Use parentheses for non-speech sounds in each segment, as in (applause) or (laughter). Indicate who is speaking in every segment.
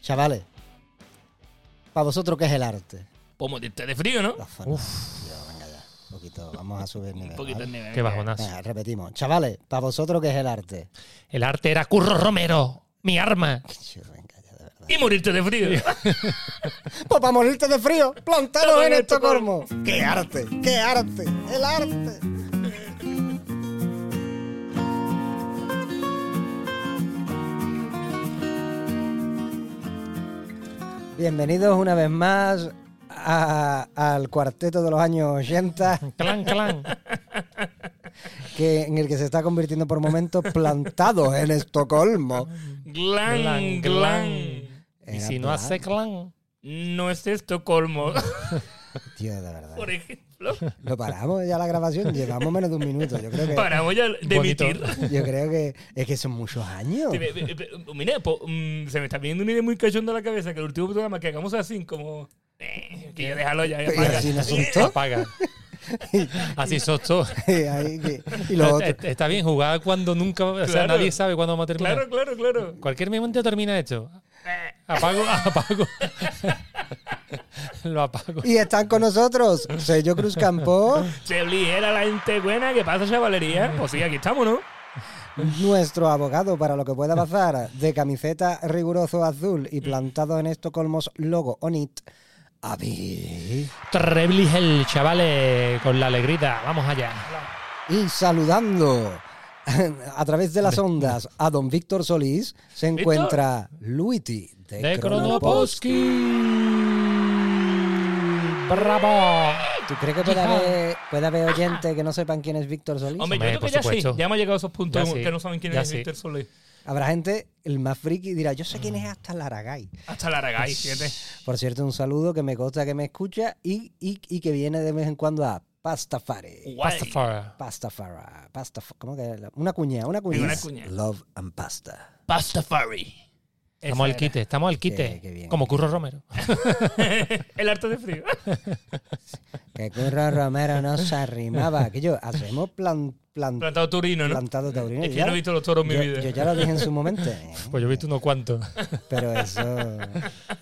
Speaker 1: Chavales, ¿para vosotros qué es el arte?
Speaker 2: Pues morirte de frío, ¿no?
Speaker 1: Los fans. Dios, venga ya. Un poquito, vamos a subir nivel.
Speaker 2: (laughs) Un poquito
Speaker 1: ¿vale?
Speaker 2: de nivel.
Speaker 3: Qué bajonazo.
Speaker 1: Venga, repetimos. Chavales, ¿para vosotros qué es el arte?
Speaker 3: El arte era Curro Romero, mi arma.
Speaker 1: Dios, venga ya, de verdad.
Speaker 2: Y morirte de frío.
Speaker 1: Pues para morirte de frío, plantaros en Estocolmo. ¡Qué arte! ¡Qué arte! ¡El arte! Bienvenidos una vez más a- al cuarteto de los años 80,
Speaker 3: (laughs) Clan, clan.
Speaker 1: que, en el que se está convirtiendo por momentos plantados en Estocolmo.
Speaker 2: Glan, glan.
Speaker 3: Clan, clan. (laughs) Y si no
Speaker 1: Era
Speaker 3: hace
Speaker 1: plan-
Speaker 3: clan,
Speaker 2: No es Estocolmo,
Speaker 1: Tío, de verdad.
Speaker 2: (laughs) por ejemplo.
Speaker 1: Lo paramos ya la grabación, llevamos menos de un minuto. Yo creo que.
Speaker 2: Para voy a de
Speaker 3: Bonito.
Speaker 2: emitir.
Speaker 1: Yo creo que es que son muchos años.
Speaker 2: Sí, ve- ve- ve- Mira, po- mm, se me está viniendo una idea muy cachonda a la cabeza que el último programa que hagamos así, como. eh, que yo déjalo ya. ya
Speaker 1: Pero
Speaker 2: para.
Speaker 1: si nos asustó. (laughs)
Speaker 3: apaga. Así sos tú.
Speaker 1: Ahí que- y los
Speaker 3: (laughs)
Speaker 1: otros.
Speaker 3: Est- Está bien jugada cuando nunca, o sea,
Speaker 2: Claro.
Speaker 3: nadie sabe cuándo vamos a terminar.
Speaker 2: Claro, Eh. claro, claro.
Speaker 3: Cualquier momento termina esto. Apago, (laughs) apago. Lo apago.
Speaker 1: Y están con nosotros Sello Cruz Campo,
Speaker 2: Se ligera la gente buena. ¿Qué pasa, chavalería? Pues sí, aquí estamos, ¿no?
Speaker 1: nuestro abogado para lo que pueda pasar, de camiseta riguroso azul y plantado en Estocolmos logo Onit, Avi.
Speaker 3: Treblis el chavales con la alegrita. Vamos allá.
Speaker 1: Y saludando (laughs) a través de las ondas a don Víctor Solís, se
Speaker 2: ¿Víctor?
Speaker 1: encuentra Luiti de,
Speaker 3: De
Speaker 1: Cronopos.
Speaker 3: Kronoposki. Bravo.
Speaker 1: ¿Tú crees que puede
Speaker 3: Hija.
Speaker 1: haber, puede haber oyentes que no sepan quién es Víctor Solís?
Speaker 2: Hombre, yo
Speaker 3: Hombre,
Speaker 2: creo que
Speaker 3: por
Speaker 2: ya sí.
Speaker 3: supuesto.
Speaker 2: Ya hemos llegado a esos puntos
Speaker 3: Ya sí.
Speaker 2: que no saben quién
Speaker 3: Ya
Speaker 2: es
Speaker 3: sí.
Speaker 2: Víctor Solís.
Speaker 1: Habrá gente, el más friki, dirá, yo sé quién es hasta Laragay.
Speaker 2: Hasta la Aragay,
Speaker 3: (laughs)
Speaker 2: fíjate.
Speaker 1: Por cierto, un saludo que me consta que me escucha y, y- y que viene de vez en cuando a Pastafari.
Speaker 2: Guay.
Speaker 3: Pastafara.
Speaker 1: Pastafara, Pastaf- ¿cómo que? era? Una cuña, una cuña.
Speaker 2: Una cuña.
Speaker 1: Love and pasta.
Speaker 2: Pastafari.
Speaker 3: Estamos al
Speaker 2: Esa
Speaker 3: quite, estamos al quite.
Speaker 1: Qué- qué bien.
Speaker 3: Como Curro Romero.
Speaker 2: era. (laughs) El arte de
Speaker 3: (laughs)
Speaker 2: frío.
Speaker 1: Que Curro Romero nos arrimaba. Que yo, hacemos plan, plan-
Speaker 2: Plantado turino, ¿no?
Speaker 1: plantado taurino.
Speaker 2: Es
Speaker 1: Yo
Speaker 2: que
Speaker 1: ya-
Speaker 2: no he visto los toros en mi
Speaker 1: yo-
Speaker 2: vida.
Speaker 1: Yo ya lo dije en su
Speaker 2: (laughs)
Speaker 1: momento. ¿eh?
Speaker 3: Pues yo he visto unos cuantos.
Speaker 1: Pero eso,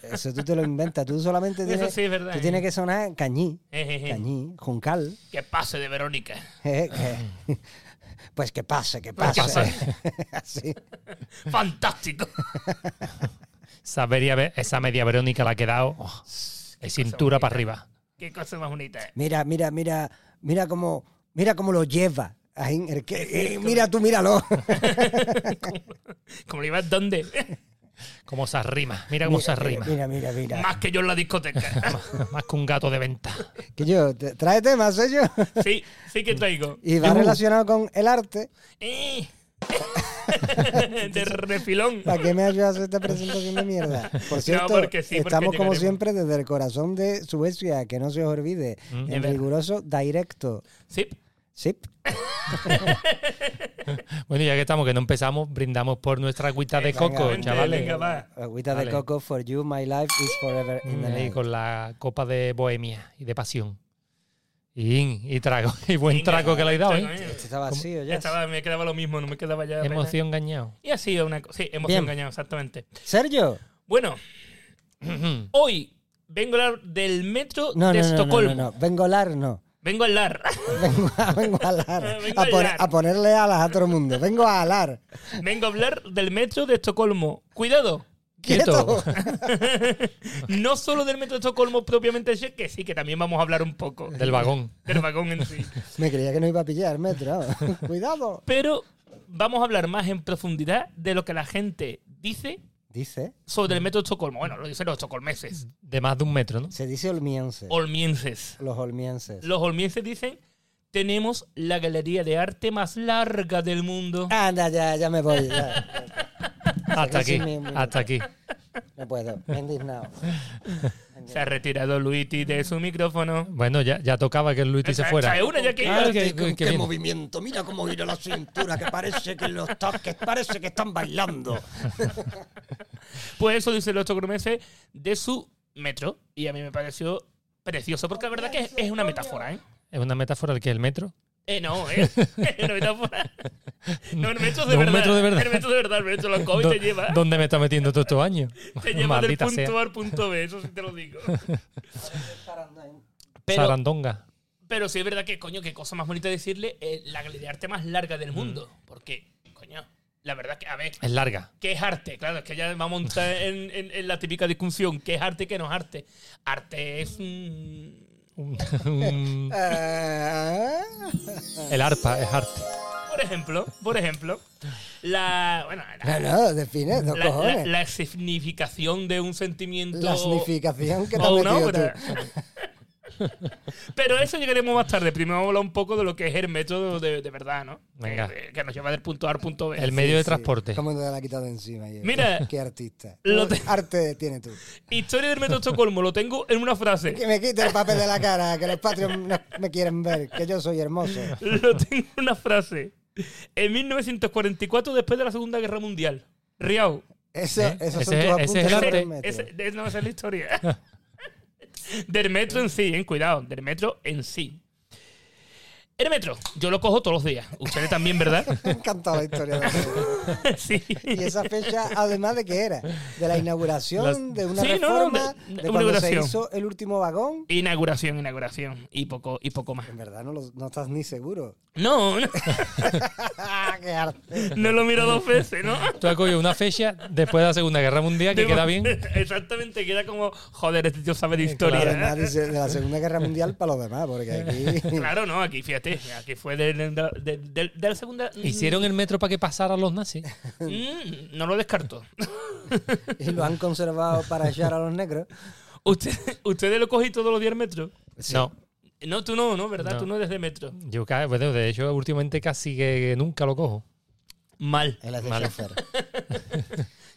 Speaker 1: eso tú te lo inventas. Tú solamente
Speaker 2: Eso
Speaker 1: tienes,
Speaker 2: sí es verdad,
Speaker 1: tú
Speaker 2: ¿eh?
Speaker 1: tienes que sonar cañí,
Speaker 2: Ejeje.
Speaker 1: cañí, juncal.
Speaker 2: Eh,
Speaker 1: (laughs)
Speaker 2: Que pase de Verónica.
Speaker 1: Eh, que- (laughs) pues que pase, que pase. (laughs) Así.
Speaker 3: (laughs)
Speaker 2: Fantástico.
Speaker 3: Esa media, esa media Verónica la ha quedado oh, de cintura para arriba.
Speaker 2: Qué cosa más bonita. eh.
Speaker 1: Mira, mira, mira, mira cómo, mira cómo lo lleva. Ahí, el que- eh, mira tú,
Speaker 2: (laughs)
Speaker 1: míralo.
Speaker 2: Como le ibas
Speaker 3: (laughs)
Speaker 2: dónde.
Speaker 3: Como se arrima. Mira cómo se arrima.
Speaker 1: Mira, mira, mira.
Speaker 2: Más que yo en la discoteca.
Speaker 3: (laughs) Más que un gato de venta.
Speaker 1: Que yo, te- trae temas, ¿eh, yo?
Speaker 2: Sí, sí que
Speaker 3: (laughs)
Speaker 2: traigo.
Speaker 1: Y va
Speaker 3: Yo-
Speaker 1: relacionado con el arte.
Speaker 2: Eh. (laughs) De refilón.
Speaker 1: ¿Para qué me ayudas a hacer esta presentación de mierda? Por cierto,
Speaker 2: porque sí, porque
Speaker 1: estamos como
Speaker 2: llegaremos.
Speaker 1: siempre desde el corazón de Suecia, que no se os olvide.
Speaker 2: Mm, es
Speaker 1: en
Speaker 2: verdad.
Speaker 1: riguroso directo.
Speaker 2: Sí.
Speaker 1: ¿Sí?
Speaker 3: (laughs) Bueno, ya que estamos, que no empezamos, brindamos por nuestra agüita de coco,
Speaker 2: venga,
Speaker 3: chavales.
Speaker 2: venga, va.
Speaker 1: Agüita
Speaker 3: Vale.
Speaker 1: de coco, for you, my life is forever in
Speaker 3: Mm,
Speaker 1: the
Speaker 3: Ahí
Speaker 1: night.
Speaker 3: con la copa de bohemia y de pasión. Y, y trago, (laughs) y buen trago eh, que le he dado,
Speaker 2: Trago,
Speaker 3: ¿eh?
Speaker 2: eh.
Speaker 1: Este está vacío ya.
Speaker 2: Estaba- me quedaba lo mismo, no me quedaba ya. apenas.
Speaker 3: Emoción engañado. (clears throat)
Speaker 2: Y así es una cosa. Sí,
Speaker 1: Bien.
Speaker 2: emoción engañada, exactamente.
Speaker 1: Sergio.
Speaker 2: Bueno, hoy vengo a hablar del metro
Speaker 1: No,
Speaker 2: de
Speaker 1: no, no, no,
Speaker 2: Estocolmo.
Speaker 1: no, no. Vengo lar, no. (laughs)
Speaker 2: Vengo a hablar. (laughs)
Speaker 1: Vengo a, vengo a alar.
Speaker 2: Ah, Vengo
Speaker 1: A,
Speaker 2: a
Speaker 1: pon-
Speaker 2: alar.
Speaker 1: a ponerle alas a todo el mundo. Vengo a alar.
Speaker 2: (laughs) vengo a hablar del metro de Estocolmo. Cuidado.
Speaker 3: Quieto.
Speaker 2: No solo del metro de Estocolmo propiamente, sí, que sí, que también vamos a hablar un poco
Speaker 3: Del vagón.
Speaker 2: del vagón en sí.
Speaker 1: (laughs) Me creía que no iba a pillar el metro. (laughs) Cuidado.
Speaker 2: Pero vamos a hablar más en profundidad de lo que la gente dice
Speaker 1: Dice.
Speaker 2: sobre el metro de Estocolmo. Bueno, lo dicen los estocolmeses,
Speaker 3: De más de un metro, ¿no?
Speaker 1: Se dice olmienses.
Speaker 2: olmienses.
Speaker 1: Los olmienses.
Speaker 2: Los olmienses dicen, tenemos la galería de arte más larga del mundo.
Speaker 1: Anda, ya, ya me voy. ya.
Speaker 3: Hasta
Speaker 1: sí,
Speaker 3: aquí.
Speaker 1: mi- mi-
Speaker 3: Hasta aquí.
Speaker 1: No puedo. Me he indignado.
Speaker 2: Se ha retirado Luigi de su micrófono.
Speaker 3: Bueno, ya, ya tocaba que el Luiti se fuera.
Speaker 2: Trae una ya que-
Speaker 3: Ah, que- que- que bien.
Speaker 1: movimiento. Mira cómo gira la cintura. Que parece que, los que parece que están bailando.
Speaker 2: Pues eso dicen los estocolmeses de su metro. Y a mí me pareció precioso, porque la verdad que es, es una metáfora, ¿eh?
Speaker 3: Es una metáfora de que el metro.
Speaker 2: Eh, no,
Speaker 3: (laughs)
Speaker 2: eh. no metáfora. No, hermetos de
Speaker 3: No, un
Speaker 2: verdad.
Speaker 3: metro de verdad.
Speaker 2: Hermetos de verdad, hermetos. Los COVID
Speaker 3: Do-
Speaker 2: te lleva.
Speaker 3: ¿Dónde me está metiendo todos estos años?
Speaker 2: (laughs) Te lleva del
Speaker 3: Maldita
Speaker 2: punto
Speaker 3: sea.
Speaker 2: A al punto B, eso sí te lo
Speaker 3: (laughs)
Speaker 2: digo. Pero,
Speaker 3: Sarandonga.
Speaker 2: pero sí es verdad que, coño, qué cosa más bonita decirle eh, la galería de arte más larga del mundo. Porque, coño, la verdad que, a ver,
Speaker 3: Es larga.
Speaker 2: ¿Qué es arte? Claro, es que ya vamos a
Speaker 3: (laughs)
Speaker 2: montar en, en- en la típica discusión. ¿Qué es arte y qué no es arte? Arte es un...
Speaker 3: Un- un-
Speaker 1: Eh,
Speaker 3: el arpa es arte.
Speaker 2: Por ejemplo, por ejemplo, la... Bueno, la,
Speaker 1: No, no, define, dos
Speaker 2: la- la-
Speaker 1: cojones. La,
Speaker 2: la significación de un sentimiento...
Speaker 1: significación que te has
Speaker 2: o una
Speaker 1: metido
Speaker 2: obra.
Speaker 1: tú.
Speaker 2: (laughs) Pero a eso llegaremos más tarde. Primero vamos a hablar un poco de lo que es el método de, de verdad, ¿no?
Speaker 3: Venga.
Speaker 2: Eh, Que nos lleva del punto A al punto B.
Speaker 3: El medio de transporte.
Speaker 1: ¿Cómo te la ha quitado de encima? Diego?
Speaker 2: Mira.
Speaker 1: Qué artista.
Speaker 2: Lo
Speaker 1: ¿Qué
Speaker 2: te-
Speaker 1: Arte tienes tú.
Speaker 2: Historia del método Estocolmo, lo tengo en una frase.
Speaker 1: Que me quite el papel de la cara, que los patrios no me quieren ver, que yo soy hermoso.
Speaker 2: (laughs) Lo tengo en una frase. En 1944, después de la Segunda Guerra Mundial. Riau.
Speaker 1: Eso,
Speaker 3: ¿Eh?
Speaker 1: esos son tus
Speaker 3: Ese- ese es
Speaker 1: apuntes
Speaker 3: el
Speaker 1: sobre
Speaker 3: arte.
Speaker 1: el metro.
Speaker 2: Ese- de- no, esa es la historia. (laughs) del metro en sí, ¿eh? cuidado, del metro en sí. El metro, yo lo cojo todos los días. Ustedes también,
Speaker 3: (laughs)
Speaker 2: ¿verdad? (laughs)
Speaker 1: Me ha encantado la historia de eso.
Speaker 2: sí.
Speaker 1: Y esa fecha, además de que era, de
Speaker 3: (laughs)
Speaker 1: la inauguración,
Speaker 3: Las-
Speaker 1: de una
Speaker 2: Sí, no, no,
Speaker 1: reforma, de,
Speaker 2: de- una
Speaker 1: cuando se
Speaker 2: inauguración.
Speaker 1: hizo el último vagón.
Speaker 2: Inauguración, inauguración. Y poco, y poco más.
Speaker 1: En verdad no, lo- no estás ni seguro.
Speaker 2: No,
Speaker 3: (laughs)
Speaker 2: no,
Speaker 1: ¡Qué arte!
Speaker 2: no lo miro dos veces, ¿no?
Speaker 3: Tú has cogido una fecha después de la Segunda Guerra Mundial que queda bien.
Speaker 2: (laughs)
Speaker 3: Eh,
Speaker 2: Exactamente, queda como, joder, este tío sabe de
Speaker 1: Pero
Speaker 2: historia.
Speaker 1: además dice, de la Segunda Guerra Mundial para los demás, porque
Speaker 2: (laughs)
Speaker 1: aquí... (laughs)
Speaker 2: Claro, no, aquí fíjate, aquí fue del- del- del- del- de, la segunda.
Speaker 3: Hicieron el metro para que pasaran los nazis.
Speaker 2: Mm, no lo descarto.
Speaker 1: Y lo han conservado para echar a los negros.
Speaker 2: (laughs) ¿Usted, ¿Ustedes lo cogí todos los días el metro?
Speaker 3: No.
Speaker 2: No, tú no, ¿no? ¿Verdad?
Speaker 3: No.
Speaker 2: Tú no eres de metro.
Speaker 3: Yo, ca- bueno, de hecho, últimamente casi que nunca lo cojo.
Speaker 2: Mal.
Speaker 1: Él es de
Speaker 3: Vale.
Speaker 1: chofer.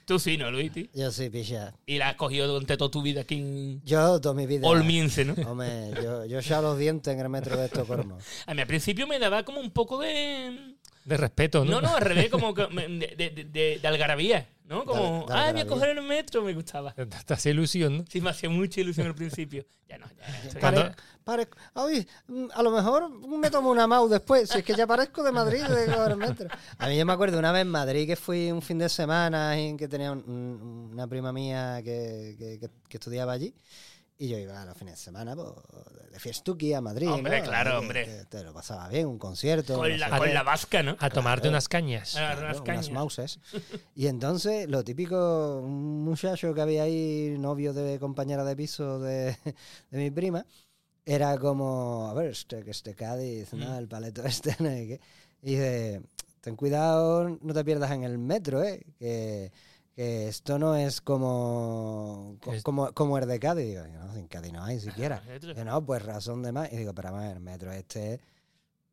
Speaker 2: Tú sí, ¿no, Luigi?
Speaker 1: Yo sí, picha.
Speaker 2: Y la has cogido durante toda tu vida aquí en
Speaker 1: Yo toda mi vida...
Speaker 2: (laughs) Olmiense, ¿no?
Speaker 1: Hombre, yo, yo echaba los dientes en el metro de Estocolmo.
Speaker 2: A mí al principio me daba como un poco de...
Speaker 3: De respeto,
Speaker 2: No,
Speaker 3: ¿no?
Speaker 2: no, al revés, como que me- de, de- de- de algarabía, ¿no? Como,
Speaker 1: De- de
Speaker 2: ah, voy a
Speaker 1: algarabía.
Speaker 2: coger el metro, me gustaba.
Speaker 3: (laughs) Te- te hacía ilusión, ¿no?
Speaker 2: Sí, me hacía mucha ilusión al principio. Ya no, ya. estoy-
Speaker 3: Cuando-
Speaker 1: Pare- pare- ay, mm, a lo mejor me tomo una mau después, si es que ya parezco de Madrid de coger el metro. A mí yo me acuerdo una vez en Madrid que fui un fin de semana en que tenía un- un- una prima mía que, que- que- que estudiaba allí. Y yo iba a los fines de semana pues, de fiestuki a Madrid.
Speaker 2: Hombre,
Speaker 1: ¿no?
Speaker 2: claro,
Speaker 1: Que-
Speaker 2: hombre.
Speaker 1: que Te, lo pasaba bien, un concierto. no
Speaker 2: Con la,
Speaker 1: sé
Speaker 2: con
Speaker 1: qué.
Speaker 2: la vasca, ¿no?
Speaker 3: A tomarte unas cañas.
Speaker 2: Ah,
Speaker 1: Claro,
Speaker 2: unas
Speaker 1: unas
Speaker 2: cañas.
Speaker 1: mauses. Y entonces, lo típico, un muchacho que había ahí, novio de compañera de piso de, de mi prima, era como, a ver, este, que este Cádiz,
Speaker 2: Mm.
Speaker 1: ¿no? El paleto este, ¿no? Y, que- y dice, ten cuidado, no te pierdas en el metro, ¿eh? Que, que esto no es como, co-
Speaker 3: Es-
Speaker 1: como, como el de Cádiz. Digo, no, en Cádiz no hay siquiera.
Speaker 2: Ah, (laughs) metro.
Speaker 1: Dice, no, pues razón de más. Y digo, pero a ver, el metro este es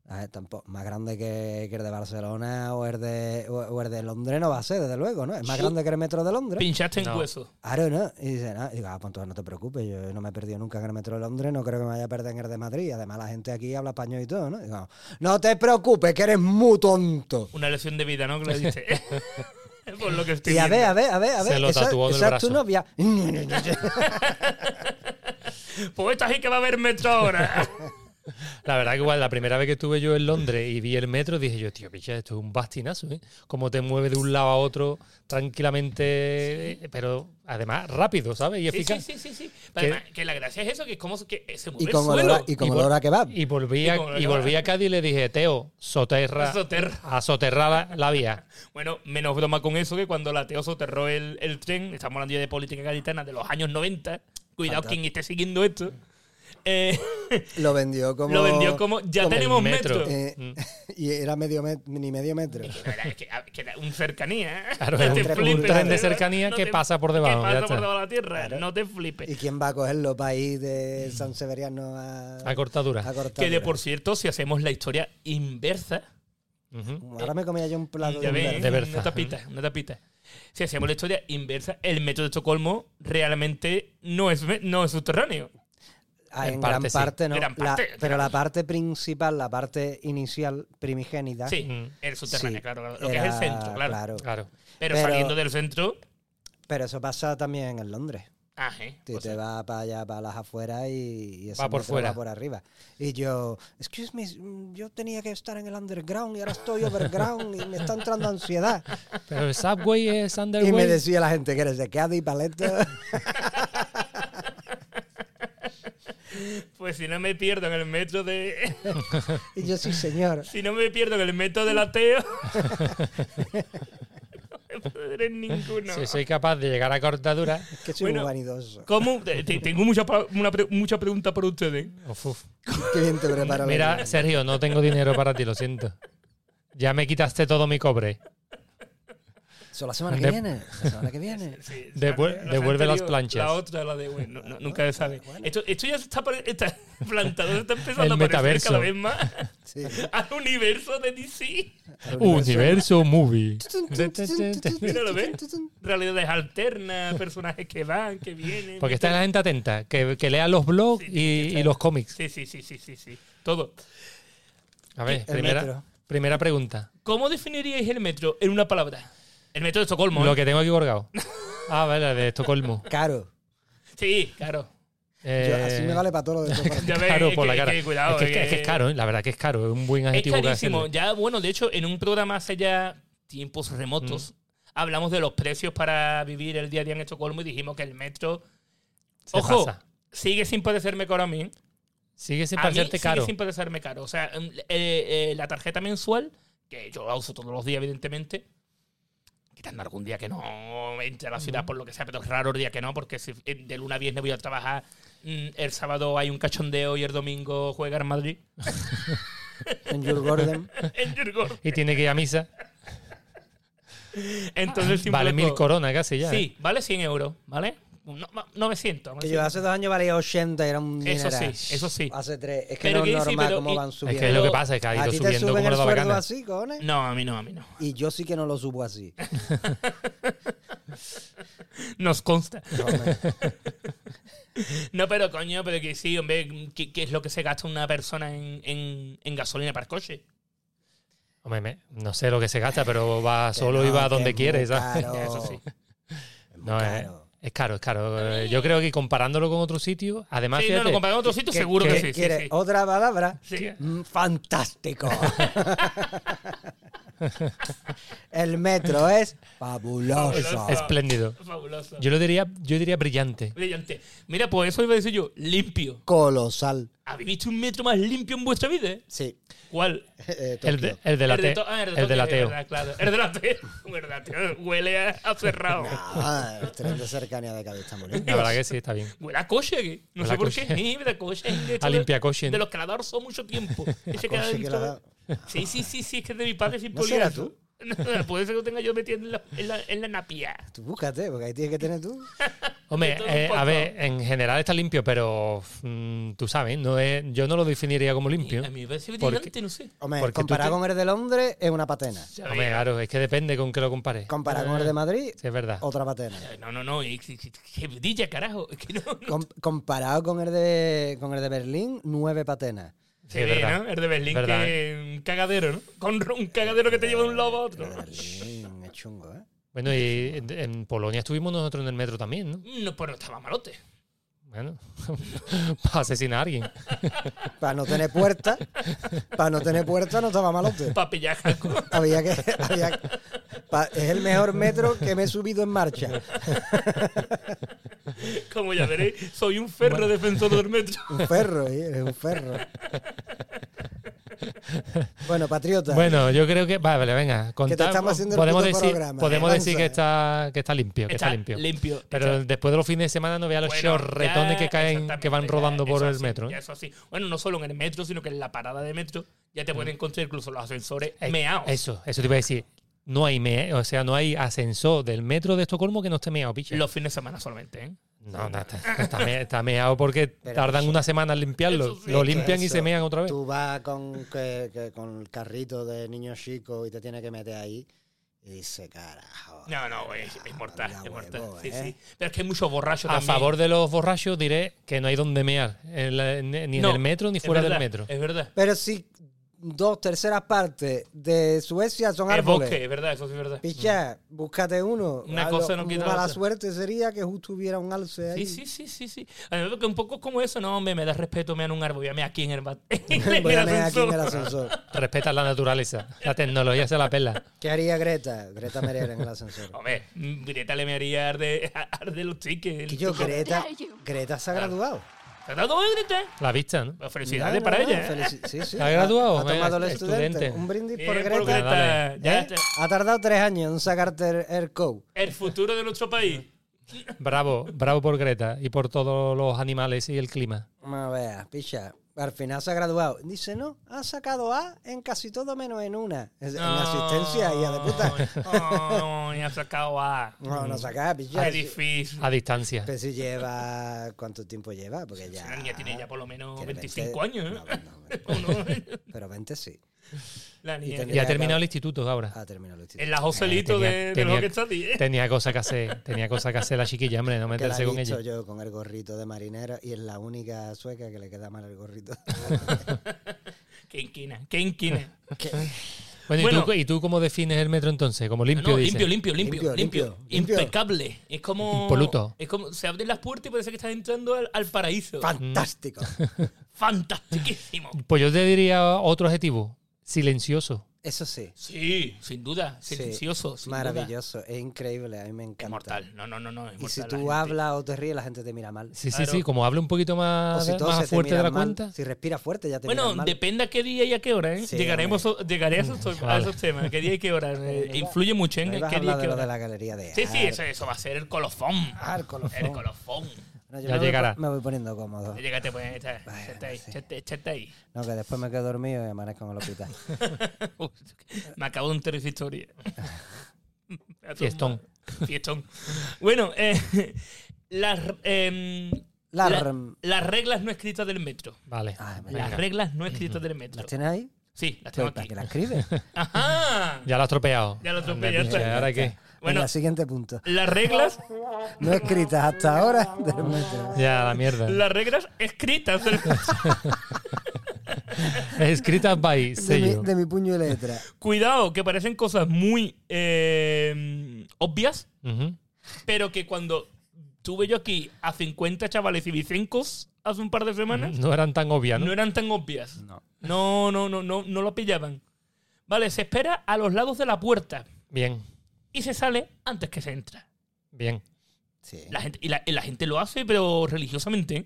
Speaker 1: a ver, tampoco, más grande que, que el de Barcelona o el de, o, o el de Londres no va a ser, desde luego, ¿no? Es más
Speaker 2: Sí.
Speaker 1: grande que el metro de Londres.
Speaker 2: Pinchaste en
Speaker 3: No.
Speaker 2: hueso.
Speaker 1: Ahora no. Y dice, no, Y digo, ah, pues entonces no te preocupes, yo no me he perdido nunca en el metro de Londres, no creo que me vaya a perder en el de Madrid. Además, la gente aquí habla español y todo, ¿no? Y digo, no te preocupes, que eres muy tonto.
Speaker 2: Una lección de vida, ¿no?
Speaker 3: (laughs)
Speaker 2: Que le diste. (laughs) Por lo que estoy
Speaker 1: Y a ver,
Speaker 2: viendo.
Speaker 1: a ver, a ver, a ver.
Speaker 3: Se lo
Speaker 1: esa,
Speaker 3: tatuó del
Speaker 1: esa es tu
Speaker 3: brazo.
Speaker 2: (laughs)
Speaker 1: novia.
Speaker 2: Pues esta sí que va a haber metro
Speaker 3: (laughs)
Speaker 2: ahora.
Speaker 3: La verdad que igual, la primera vez que estuve yo en Londres y vi el metro, dije yo, tío, picha, esto es un bastinazo, ¿eh? Cómo te mueve de un lado a otro tranquilamente, eh, pero además rápido, ¿sabes?
Speaker 2: sí,
Speaker 3: Y
Speaker 2: sí,
Speaker 3: eficaz.
Speaker 2: sí, sí, sí. Pero
Speaker 3: Que-
Speaker 2: además, que la gracia es eso, que es como que se mueve
Speaker 1: y
Speaker 2: el
Speaker 1: con olor
Speaker 2: suelo.
Speaker 1: a, y con
Speaker 3: Y
Speaker 1: olor
Speaker 3: vol-
Speaker 1: a kebab.
Speaker 3: Y volví, a,
Speaker 2: Y como-
Speaker 3: y
Speaker 2: (laughs)
Speaker 3: volví a Cádiz y le dije, Teo, soterra,
Speaker 2: Soterra.
Speaker 3: a soterrar la, la vía.
Speaker 2: Bueno, menos broma con eso que cuando la Teo soterró el, el tren, estamos hablando ya de política gaditana de los años 90, cuidado
Speaker 1: Fantástico.
Speaker 2: quien esté siguiendo esto, eh,
Speaker 1: Lo vendió como.
Speaker 2: lo vendió como ya Mm.
Speaker 3: como el
Speaker 2: tenemos metro.
Speaker 3: metro.
Speaker 1: eh, (laughs) y era medio met- ni medio
Speaker 2: (laughs)
Speaker 1: metro.
Speaker 2: Que era- que- que era un cercanía. ¿eh?
Speaker 3: Claro,
Speaker 2: (laughs) No
Speaker 3: era
Speaker 2: te
Speaker 1: un tren-
Speaker 2: flipes,
Speaker 1: un tren de
Speaker 2: ¿verdad?
Speaker 3: cercanía que pasa por
Speaker 2: Que
Speaker 3: debajo, ya
Speaker 2: pasa
Speaker 3: está.
Speaker 2: por debajo de la tierra. No te flipes.
Speaker 1: ¿Y quién va a cogerlo para ir de San Severiano a,
Speaker 3: A cortadura.
Speaker 1: a cortar?
Speaker 2: Que de por cierto, si hacemos la historia inversa,
Speaker 3: Ujú.
Speaker 1: Ahora me comía yo un plato
Speaker 2: ya
Speaker 1: de
Speaker 2: ves,
Speaker 1: verde.
Speaker 3: de verdad.
Speaker 2: una tapita, una tapita. Si hacemos la historia inversa, el metro de Estocolmo realmente no es, me- no es subterráneo.
Speaker 1: Ah,
Speaker 3: En
Speaker 1: en
Speaker 3: parte
Speaker 1: gran
Speaker 3: sí.
Speaker 1: parte no.
Speaker 2: Gran
Speaker 1: La-
Speaker 2: parte,
Speaker 1: pero la parte principal, la parte inicial, primigénita.
Speaker 2: Sí,
Speaker 3: Mm.
Speaker 2: el
Speaker 1: Ah.
Speaker 2: subterráneo,
Speaker 1: sí,
Speaker 2: claro, claro, Lo que es
Speaker 1: era-
Speaker 2: el centro, claro.
Speaker 3: Claro.
Speaker 2: Pero,
Speaker 1: Pero-
Speaker 2: saliendo del centro,
Speaker 1: Pero eso pasa también en Londres.
Speaker 2: Ajá, ¿eh?
Speaker 1: Te,
Speaker 2: O sea,
Speaker 1: te va para allá, para las afueras y, y ese
Speaker 3: Va por
Speaker 1: metro
Speaker 3: fuera.
Speaker 1: va por arriba. Y yo, excuse me, mm, yo tenía que estar en el underground y ahora estoy overground y me está entrando
Speaker 3: (laughs)
Speaker 1: ansiedad.
Speaker 3: Pero el subway es underway.
Speaker 1: Y me decía la gente que eres de Cádiz, Paleta.
Speaker 2: Pues si no me pierdo en el metro de.
Speaker 1: (laughs)
Speaker 2: (laughs)
Speaker 1: Y yo, sí, señor.
Speaker 2: si no me pierdo en el metro del ateo. (laughs) no me perderé en ninguno.
Speaker 3: Si soy capaz de llegar a cortadura.
Speaker 1: Que soy
Speaker 2: Bueno.
Speaker 1: muy vanidoso.
Speaker 2: ¿Cómo? Te- te- Tengo mucha, pa- una pre- mucha pregunta para ustedes.
Speaker 3: Uf, uf.
Speaker 1: Qué bien te preparo.
Speaker 3: Mira, Sergio, no tengo dinero para ti, lo siento. Ya me quitaste todo mi cobre.
Speaker 1: Eso la semana que
Speaker 3: de-
Speaker 1: viene. La semana que viene.
Speaker 2: Sí,
Speaker 3: Devuel-
Speaker 2: nos han
Speaker 3: devuelve las
Speaker 2: traído
Speaker 3: planchas.
Speaker 2: La otra, la de. Bueno, no- nunca se sabe. Esto, esto ya se está, pare- está (laughs) plantado, se está empezando
Speaker 3: El
Speaker 2: a parecer
Speaker 3: metaverso.
Speaker 2: cada vez más (laughs)
Speaker 1: Sí.
Speaker 2: al universo de DC.
Speaker 1: Al
Speaker 3: Uh, Universo Movie.
Speaker 2: Mira, ¿lo ves? Realidades alternas, personajes que van, que vienen.
Speaker 3: Porque está la gente atenta, que, que lea los blogs
Speaker 2: Sí, sí,
Speaker 3: y,
Speaker 2: está.
Speaker 3: y los cómics.
Speaker 2: Sí, sí, sí, sí, sí, sí. Todo.
Speaker 3: A ver,
Speaker 1: El
Speaker 3: primera,
Speaker 1: metro.
Speaker 3: primera pregunta.
Speaker 2: ¿Cómo definiríais el metro en una palabra? El metro de Estocolmo.
Speaker 3: Lo
Speaker 2: ¿eh?
Speaker 3: que tengo aquí colgado. Ah, vale, de Estocolmo.
Speaker 1: Caro.
Speaker 2: Sí, claro.
Speaker 1: Yo-
Speaker 3: Eh,
Speaker 1: así me vale para todo lo de
Speaker 2: Ya ves,
Speaker 3: Caro
Speaker 2: es
Speaker 3: por
Speaker 2: que-
Speaker 3: la cara.
Speaker 2: es que cuidado,
Speaker 3: es, que, es que-
Speaker 2: eh,
Speaker 3: es que es caro, ¿eh? la verdad que es caro. Es un buen
Speaker 2: Es
Speaker 3: adjetivo. que
Speaker 2: carísimo.
Speaker 3: hacerle.
Speaker 2: Ya, bueno, de hecho, en un programa hace ya tiempos remotos
Speaker 3: Mm.
Speaker 2: hablamos de los precios para vivir el día a día en Estocolmo y dijimos que el metro
Speaker 3: Se
Speaker 2: Ojo.
Speaker 3: pasa.
Speaker 2: sigue sin parecerme caro a mí.
Speaker 3: Sigue sin
Speaker 2: a mí
Speaker 3: parecerte
Speaker 2: sigue
Speaker 3: caro.
Speaker 2: sin parecerme caro. O sea, em, eh, eh, la tarjeta mensual, que yo la uso todos los días, evidentemente. Quitando algún día que no entre a la
Speaker 3: Mm.
Speaker 2: ciudad por lo que sea, pero es raro el día que no, porque si eh, de luna a viernes voy a trabajar, mm, el sábado hay un cachondeo y el domingo juega en
Speaker 3: (laughs)
Speaker 2: Madrid.
Speaker 1: En Jules Gordon.
Speaker 2: en Yurgor.
Speaker 3: Y tiene que ir a misa.
Speaker 2: (laughs) Entonces, sin
Speaker 3: Vale
Speaker 2: blanco-
Speaker 3: mil coronas casi ya. ¿eh?
Speaker 2: Sí, vale 100 euros, ¿vale? No, no- 900.
Speaker 1: Que yo
Speaker 2: 900.
Speaker 1: hace dos años valía 80 y era un
Speaker 2: Eso
Speaker 1: dineral.
Speaker 2: sí, eso sí.
Speaker 1: Hace tres. Es que
Speaker 2: Pero
Speaker 1: no es
Speaker 2: quiero decir,
Speaker 1: normal
Speaker 2: pero
Speaker 1: cómo
Speaker 2: y-
Speaker 1: van
Speaker 3: Es
Speaker 1: subiendo.
Speaker 3: que es lo que pasa, es que ha
Speaker 1: a
Speaker 3: ido
Speaker 1: ti te
Speaker 3: subiendo
Speaker 1: suben
Speaker 3: como
Speaker 1: el
Speaker 3: le da la
Speaker 1: sueldo
Speaker 3: gana.
Speaker 1: así, cojones.
Speaker 2: No, a mí no, a mí no.
Speaker 1: Y yo sí que no lo subo (laughs) así.
Speaker 2: Nos consta.
Speaker 1: cojones.
Speaker 2: No, pero coño, pero que sí, hombre, ¿qué, qué es lo que se gasta una persona en, en- en gasolina para el coche?
Speaker 3: Hombre, me- no sé lo que se gasta, pero va
Speaker 1: Que
Speaker 3: solo
Speaker 1: no,
Speaker 3: y va
Speaker 1: que
Speaker 3: donde
Speaker 1: es
Speaker 3: quiere,
Speaker 1: muy
Speaker 3: ¿sabes? (laughs)
Speaker 1: caro.
Speaker 2: Eso sí.
Speaker 1: Es muy
Speaker 3: No, es,
Speaker 1: caro.
Speaker 3: es caro, es caro. Eh, Yo creo que comparándolo con otro sitio, además.
Speaker 2: Sí, no,
Speaker 3: fíjate,
Speaker 2: lo comparado a otro sitio,
Speaker 1: ¿Qué-
Speaker 2: seguro que
Speaker 1: qué Oh,
Speaker 2: sí, sí,
Speaker 1: quieres?
Speaker 2: sí.
Speaker 1: ¿Otra palabra?
Speaker 2: Sí.
Speaker 1: Mm, Fantástico. (laughs) El metro es fabuloso.
Speaker 2: Fabuloso.
Speaker 3: espléndido.
Speaker 2: Fabuloso.
Speaker 3: Yo lo diría, yo diría brillante.
Speaker 2: Brillante. Mira, pues eso iba a decir yo, limpio.
Speaker 1: Colosal.
Speaker 2: ¿Habéis visto un metro más limpio en vuestra vida? eh?
Speaker 1: Sí.
Speaker 2: ¿Cuál?
Speaker 1: Eh,
Speaker 3: El, de-
Speaker 1: Tokio.
Speaker 3: el del
Speaker 2: de
Speaker 3: ate-
Speaker 2: to- ah, el de
Speaker 3: el del
Speaker 2: Tokio, es
Speaker 3: ateo.
Speaker 2: verdad, claro. El del (laughs) ateo. El del ateo Huele a, a cerrado.
Speaker 1: Ah, el tren de cercanía de Cádiz está muy bien.
Speaker 3: La verdad que sí, está bien.
Speaker 2: Huele a Pues coche aquí. No
Speaker 3: Huele
Speaker 2: sé por
Speaker 3: a Pues
Speaker 2: (laughs)
Speaker 3: coche.
Speaker 2: qué. Sí, huele a coche. Es
Speaker 3: (laughs)
Speaker 2: de
Speaker 3: A
Speaker 2: esto de-
Speaker 3: limpia coche.
Speaker 2: De los que la danzó mucho
Speaker 3: (laughs)
Speaker 2: tiempo. Ese que la
Speaker 1: coche que la
Speaker 2: danzó- Sí, sí, sí, sí, es que es de mi padre sin
Speaker 1: ¿No será
Speaker 2: poliarzo. (laughs) No, puede ser que lo tenga yo metido en la, en la, en la napia.
Speaker 1: Tú búscate, porque ahí tienes que tener tú.
Speaker 3: Hombre,
Speaker 2: De todo un
Speaker 3: eh,
Speaker 2: poco.
Speaker 3: a ver, en general está limpio, pero mm, tú sabes, no es, yo no lo definiría como limpio.
Speaker 2: A mí me parece
Speaker 3: ¿Por
Speaker 2: brillante, no sé.
Speaker 1: Hombre,
Speaker 3: Porque tú
Speaker 1: comparado
Speaker 3: te-
Speaker 1: con el de Londres, es una patena.
Speaker 2: Ya
Speaker 3: Hombre,
Speaker 2: veis.
Speaker 3: claro, es que depende con qué lo compares.
Speaker 1: Comparado con el de
Speaker 3: Ah.
Speaker 1: Madrid,
Speaker 3: Sí, es verdad.
Speaker 1: otra patena.
Speaker 2: eh, No, no, no. es- es- es Que brilla, carajo. Es que no. no
Speaker 1: Com- comparado con el de con el de Berlín, nueve patenas.
Speaker 3: Sí, es verdad.
Speaker 2: ¿no? El de Berlín,
Speaker 3: Verdad, ¿eh?
Speaker 2: que un cagadero, ¿no? Con ro- un cagadero que te lleva de un lado a otro.
Speaker 1: El de Berlín es chungo, ¿eh?
Speaker 3: Bueno, y en, en Polonia estuvimos nosotros en el metro también, ¿no?
Speaker 2: No, pues no estaba malote.
Speaker 3: Bueno, (laughs) para asesinar a alguien.
Speaker 1: Para no tener puerta, para no tener puerta no estaba malote.
Speaker 2: Para pillar (laughs) jaco.
Speaker 1: Había que, había que- pa- es el mejor metro que me he subido en marcha.
Speaker 2: Como ya veréis, soy un ferro defensor del metro.
Speaker 1: Un ferro, ¿eh? eres un ferro. Bueno, patriota.
Speaker 3: Bueno, yo creo que. Vale, venga.
Speaker 1: te
Speaker 3: contad-
Speaker 1: estamos haciendo el
Speaker 3: podemos
Speaker 1: puto
Speaker 3: decir,
Speaker 1: programa,
Speaker 3: podemos
Speaker 1: eh,
Speaker 3: decir que está, que está limpio, que está,
Speaker 2: Está
Speaker 3: limpio.
Speaker 2: limpio.
Speaker 3: Pero después de los fines de semana no vea los
Speaker 2: Bueno,
Speaker 3: chorretones
Speaker 2: ya,
Speaker 3: que caen, que van
Speaker 2: exactamente,
Speaker 3: rodando
Speaker 2: ya,
Speaker 3: por
Speaker 2: eso
Speaker 3: el
Speaker 2: sí,
Speaker 3: metro.
Speaker 2: ya
Speaker 3: ¿eh?
Speaker 2: eso sí. Bueno, no solo en el metro, sino que en la parada de metro ya te pueden encontrar incluso los ascensores
Speaker 3: Eh,
Speaker 2: meaos.
Speaker 3: Mm. Eso, eso te iba a decir. No hay me, o sea, no hay ascensor del metro de Estocolmo que no esté meado, picha.
Speaker 2: Los fines de semana solamente, ¿eh?
Speaker 3: No, no, está, está me- está meado porque
Speaker 1: (laughs) Pero
Speaker 3: tardan
Speaker 1: eso-
Speaker 3: una semana en limpiarlo.
Speaker 2: eso sí,
Speaker 3: lo limpian y
Speaker 1: Eso,
Speaker 3: se mean otra vez.
Speaker 1: Tú vas con, que- que con el carrito de niños chicos y te tienes que meter ahí y dice, carajo.
Speaker 2: No, no, güey, es, es mortal,
Speaker 1: Anda,
Speaker 2: es mortal.
Speaker 1: huevo,
Speaker 2: sí,
Speaker 1: ¿eh?
Speaker 2: sí. Pero es que hay muchos borrachos
Speaker 3: A
Speaker 2: también.
Speaker 3: favor de los borrachos diré que no hay donde mear, en la- ni en
Speaker 2: No,
Speaker 3: el metro ni
Speaker 2: Es
Speaker 3: fuera del
Speaker 2: verdad,
Speaker 3: metro.
Speaker 2: Es verdad.
Speaker 1: Pero si dos terceras partes de Suecia son
Speaker 2: Es
Speaker 1: árboles.
Speaker 2: bosque, es verdad, eso sí es verdad.
Speaker 1: Pichá, búscate uno.
Speaker 2: Una
Speaker 1: Ah,
Speaker 2: cosa no quita la
Speaker 1: Mala
Speaker 2: otra.
Speaker 1: suerte sería que justo hubiera un alce ahí.
Speaker 2: Sí, sí, sí, sí, sí. Además, porque un poco es como eso, no, hombre, me da respeto, me dan un árbol, véame aquí en el, ba- (laughs) en el
Speaker 1: (laughs) Voy a poner aquí
Speaker 2: ascensor.
Speaker 1: en el ascensor.
Speaker 3: Respeta la naturaleza. La tecnología se la pela.
Speaker 1: ¿Qué haría Greta? Greta Merer en el ascensor.
Speaker 2: (laughs) Hombre, mm, Greta le me haría arde, (laughs) arde los tickets.
Speaker 1: Que yo, Greta, Greta se ha graduado.
Speaker 2: ¿Te has dado bien, Greta?
Speaker 3: La vista, ¿no?
Speaker 2: Pues Felicidades
Speaker 1: No, no,
Speaker 2: para
Speaker 1: no,
Speaker 2: ella. ¿eh?
Speaker 1: felici- Sí,
Speaker 3: (laughs)
Speaker 1: sí.
Speaker 3: ¿Ha graduado?
Speaker 1: Ha tomado el
Speaker 3: Eh,
Speaker 1: estudiante.
Speaker 3: estudiante.
Speaker 1: Un brindis
Speaker 2: Bien
Speaker 1: por Greta.
Speaker 2: por Greta. Ya,
Speaker 1: ¿Eh?
Speaker 2: ya.
Speaker 1: Ha tardado tres años en sacarte el, el code.
Speaker 2: El futuro de nuestro país.
Speaker 3: Bravo, bravo por Greta y por todos los animales y el clima.
Speaker 1: A ver, picha. Al final se ha graduado. Dice, no, ha sacado A en casi todo menos en una. Es- En asistencia, hija de puta.
Speaker 2: (laughs) No, Oh, ya Ah, ha sacado a.
Speaker 1: No, no saca, picha.
Speaker 2: Qué difícil.
Speaker 3: A distancia.
Speaker 1: Pero si lleva... ¿Cuánto tiempo lleva? Porque ya...
Speaker 2: La niña tiene ya por lo menos
Speaker 1: tiene
Speaker 2: 25
Speaker 1: 20.
Speaker 2: años. ¿eh?
Speaker 1: No, no, no.
Speaker 2: (laughs)
Speaker 1: pero 20 sí.
Speaker 2: La
Speaker 1: Y
Speaker 2: niña.
Speaker 1: tendría-
Speaker 3: Y ha terminado el instituto ahora.
Speaker 1: Ha terminado el
Speaker 2: Es
Speaker 1: instituto.
Speaker 2: la Joselito
Speaker 3: Eh, tenía-
Speaker 2: de, de
Speaker 3: tenía-
Speaker 2: lo que está así, ¿eh?
Speaker 3: Tenía cosas que hacer, tenía cosas que hacer la chiquilla, hombre,
Speaker 1: Que
Speaker 3: no
Speaker 1: la
Speaker 3: meterse
Speaker 1: he
Speaker 3: con
Speaker 1: visto
Speaker 3: ella.
Speaker 1: yo con el gorrito de marinera y es la única sueca que le queda mal el
Speaker 2: (laughs)
Speaker 1: gorrito. (laughs)
Speaker 2: Qué inquina, qué inquina.
Speaker 1: Que-
Speaker 3: Bueno, ¿y,
Speaker 2: Bueno.
Speaker 3: tú, ¿y tú cómo defines el metro entonces? Como (laughs) limpio,
Speaker 2: No,
Speaker 3: dices.
Speaker 2: limpio, limpio, limpio,
Speaker 1: Limpio,
Speaker 2: limpio,
Speaker 1: limpio, limpio.
Speaker 2: Impecable. Es como.
Speaker 3: Impoluto.
Speaker 2: Es como. Se abren las puertas y parece que estás entrando al, al paraíso.
Speaker 1: Fantástico.
Speaker 2: Mm.
Speaker 1: (laughs)
Speaker 2: Fantastiquísimo.
Speaker 3: Pues yo te diría otro adjetivo, silencioso.
Speaker 1: Eso sí.
Speaker 2: Sí, sin duda.
Speaker 1: Sí.
Speaker 2: Silencioso. sin duda.
Speaker 1: Maravilloso. Es increíble. A mí me encanta.
Speaker 2: Es mortal. No, no, no, no. es
Speaker 1: Y si
Speaker 2: mortal, la
Speaker 1: tú
Speaker 2: gente.
Speaker 1: hablas o te ríes, la gente te mira mal.
Speaker 3: Sí,
Speaker 2: Claro.
Speaker 3: sí, sí, como habla un poquito
Speaker 1: O
Speaker 3: más,
Speaker 1: si
Speaker 3: más
Speaker 1: toses te
Speaker 3: fuerte de
Speaker 1: miran
Speaker 3: la
Speaker 1: mal,
Speaker 3: cuenta.
Speaker 1: Si respiras fuerte, ya te
Speaker 2: Bueno,
Speaker 1: miran mal.
Speaker 2: depende a qué día y a qué hora, ¿eh?
Speaker 1: Sí, Mm,
Speaker 2: Llegaremos, llegaré a esos, a esos temas. ¿Qué día y qué hora? eh, influye mucho en
Speaker 1: No ibas a
Speaker 2: qué día
Speaker 1: hablar de
Speaker 2: y qué
Speaker 1: lo de
Speaker 2: hora.
Speaker 1: la galería de
Speaker 2: Sí, sí,
Speaker 1: arte.
Speaker 2: eso, eso va a ser el colofón.
Speaker 1: Ah, el colofón.
Speaker 2: El colofón.
Speaker 1: No, yo
Speaker 3: Ya
Speaker 1: me voy-
Speaker 3: llegará.
Speaker 1: me voy poniendo cómodo.
Speaker 2: Llegate, pues, echa- échate ahí,
Speaker 1: sí.
Speaker 2: échate- échate ahí. (laughs)
Speaker 1: No, que después me quedo dormido y amanezco en el hospital.
Speaker 2: Uy, Me acabo de enterar esa historia.
Speaker 1: (laughs)
Speaker 3: Fiestón.
Speaker 2: (laughs) Fiestón. Bueno, eh, (laughs) las, em,
Speaker 1: Las-
Speaker 2: la- las reglas no escritas del metro.
Speaker 3: Vale.
Speaker 1: Ay, me
Speaker 2: Las
Speaker 1: venga.
Speaker 2: reglas no escritas del metro.
Speaker 1: Ah, ¿Las tienes ahí?
Speaker 2: Sí, las tengo
Speaker 1: Pues, ¿Para
Speaker 2: aquí.
Speaker 1: qué las
Speaker 2: (laughs)
Speaker 1: escribes?
Speaker 2: Ajá.
Speaker 3: Ya lo has tropeado.
Speaker 2: Ya lo atropellé, ya está.
Speaker 3: ¿Ahora qué?
Speaker 1: Bueno.
Speaker 2: Bueno,
Speaker 1: siguiente punto.
Speaker 2: las
Speaker 3: (laughs)
Speaker 2: reglas,
Speaker 1: No escritas hasta
Speaker 2: (laughs)
Speaker 1: ahora del metro.
Speaker 3: Ya, la mierda.
Speaker 2: las reglas escritas del metro.
Speaker 3: Escrita by
Speaker 1: De mi,
Speaker 3: sello.
Speaker 1: de mi puño y letra.
Speaker 2: Cuidado, que parecen cosas muy em, obvias,
Speaker 3: Ujú.
Speaker 2: pero que cuando tuve yo aquí a 50 chavales y bicencos hace un par de semanas,
Speaker 3: No eran tan obvias, ¿no?
Speaker 2: no eran tan obvias.
Speaker 1: No.
Speaker 2: No, no, no, no, no lo pillaban. Vale, se espera a los lados de la puerta
Speaker 3: Bien,
Speaker 2: y se sale antes que se entra.
Speaker 3: bien.
Speaker 1: Sí.
Speaker 2: La gente, y, la, y la gente lo hace, pero religiosamente. ¿eh?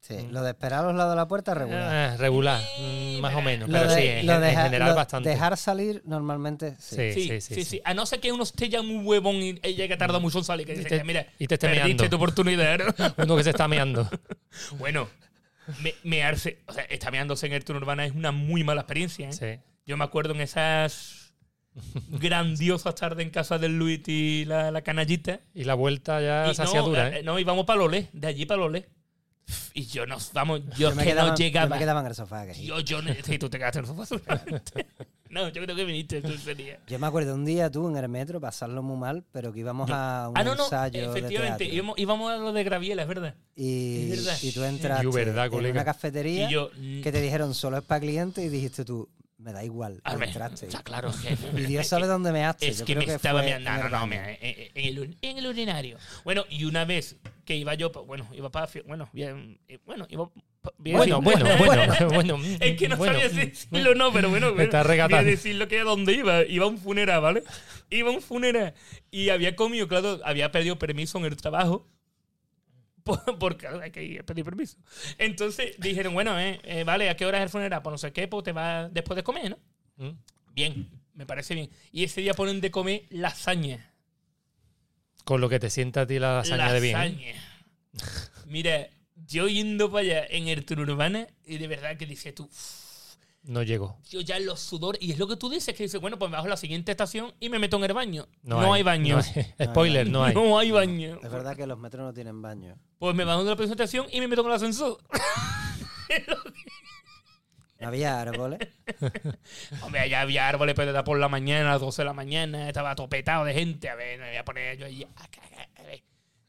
Speaker 1: sí. Lo de esperar a los lados de la puerta regular.
Speaker 3: Ah, regular, mm, más o menos. Pero
Speaker 1: lo de,
Speaker 3: sí, en,
Speaker 1: lo
Speaker 3: en
Speaker 1: deja-
Speaker 3: general
Speaker 1: lo-
Speaker 3: bastante.
Speaker 1: Dejar salir normalmente sí.
Speaker 3: Sí,
Speaker 2: Sí, sí, sí, A no ser que uno esté ya muy huevón y ella que tarda mucho en salir. Que dice,
Speaker 3: te-
Speaker 2: mira,
Speaker 3: y te esté
Speaker 2: perdiste
Speaker 3: meando".
Speaker 2: tu oportunidad. ¿no?
Speaker 3: (laughs) Uno que se
Speaker 1: (laughs)
Speaker 3: está meando.
Speaker 2: bueno, me, mearse, o sea, estameándose en el turno urbana es una muy mala experiencia. ¿eh?
Speaker 3: Sí.
Speaker 2: Yo me acuerdo en esas grandiosas tardes en casa del Luis y la, la canallita.
Speaker 3: Y la vuelta ya
Speaker 2: Y
Speaker 3: se hacía
Speaker 2: no,
Speaker 3: dura,
Speaker 2: eh,
Speaker 3: ¿eh?
Speaker 2: No, íbamos para Lolé, de allí para Lolé. Y yo nos vamos, yo,
Speaker 1: Yo me,
Speaker 2: que
Speaker 1: quedaba,
Speaker 2: no
Speaker 1: yo
Speaker 2: llegaba.
Speaker 1: me quedaba en el sofá. que sí.
Speaker 2: Yo, yo, no- sí, tú te quedaste en el sofá seguramente. (laughs) No, yo creo que viniste tú ese día.
Speaker 1: Yo me acuerdo un día tú en el metro pasarlo muy mal, pero que íbamos a un
Speaker 2: Ah, no, no,
Speaker 1: ensayo de
Speaker 2: efectivamente,
Speaker 1: teatro.
Speaker 2: íbamos, íbamos a lo de Graviela, es verdad.
Speaker 1: y,
Speaker 2: es verdad.
Speaker 1: y tú entraste
Speaker 3: Yo, verdad,
Speaker 1: en
Speaker 3: colega.
Speaker 1: una cafetería
Speaker 2: Y yo, mm,
Speaker 1: que te dijeron solo es para clientes y dijiste tú, me da igual,
Speaker 2: a
Speaker 1: y
Speaker 2: ver,
Speaker 1: entraste.
Speaker 2: está
Speaker 1: (laughs)
Speaker 2: claro que...
Speaker 1: Y Dios sabe dónde me haste.
Speaker 2: Es
Speaker 1: yo
Speaker 2: que
Speaker 1: creo
Speaker 2: me estaba
Speaker 1: fue
Speaker 2: meando.
Speaker 1: en
Speaker 2: No, no,
Speaker 1: el
Speaker 2: no,
Speaker 1: baño.
Speaker 2: mira, en, eh, en el, ur- en el urinario. Bueno, y una vez que iba yo, pa- bueno, iba para. Bueno, bien, eh, bueno, iba. pa- voy a
Speaker 3: Bueno,
Speaker 2: decir- (laughs)
Speaker 3: bueno, bueno, bueno. mm,
Speaker 2: eh, Es que no
Speaker 3: bueno,
Speaker 2: sabía
Speaker 3: mm,
Speaker 2: si decirlo o no, pero bueno,
Speaker 3: Me está
Speaker 2: voy a
Speaker 3: regatando.
Speaker 2: decir lo que a dónde iba. Iba a un funeral, ¿vale? Iba a un funeral y había comido, claro, había pedido permiso en el trabajo. (laughs) por- Porque hay que ir a pedir permiso. Entonces dijeron, bueno, eh, eh, vale, ¿a qué hora es el funeral? Pues no sé qué, pues te vas después de comer, ¿no?
Speaker 3: mm.
Speaker 2: Bien, me parece bien. Y ese día ponen de comer lasaña.
Speaker 3: Con lo que te sienta a ti la hazaña de bien. ¿eh?
Speaker 2: Mira, yo yendo para allá en el tour urbana, y de verdad que dices tú, "Uf,
Speaker 3: No llego.
Speaker 2: yo ya los sudor, y es lo que tú dices, que dices, bueno, pues me bajo a la siguiente estación y me meto en el baño. No, hay, baño.
Speaker 3: no
Speaker 1: (laughs)
Speaker 3: hay. Spoiler, no
Speaker 2: (laughs)
Speaker 3: hay. (laughs)
Speaker 2: No hay baño.
Speaker 1: Es verdad que los metros no tienen baño.
Speaker 2: Pues me bajo de la próxima estación y me meto en el ascensor. (laughs)
Speaker 1: No había árboles.
Speaker 2: Hombre, allá había árboles pero era por la mañana, a las 12 de la mañana, estaba topetado de gente. A ver, me voy a poner yo ahí. a cagar, a ver.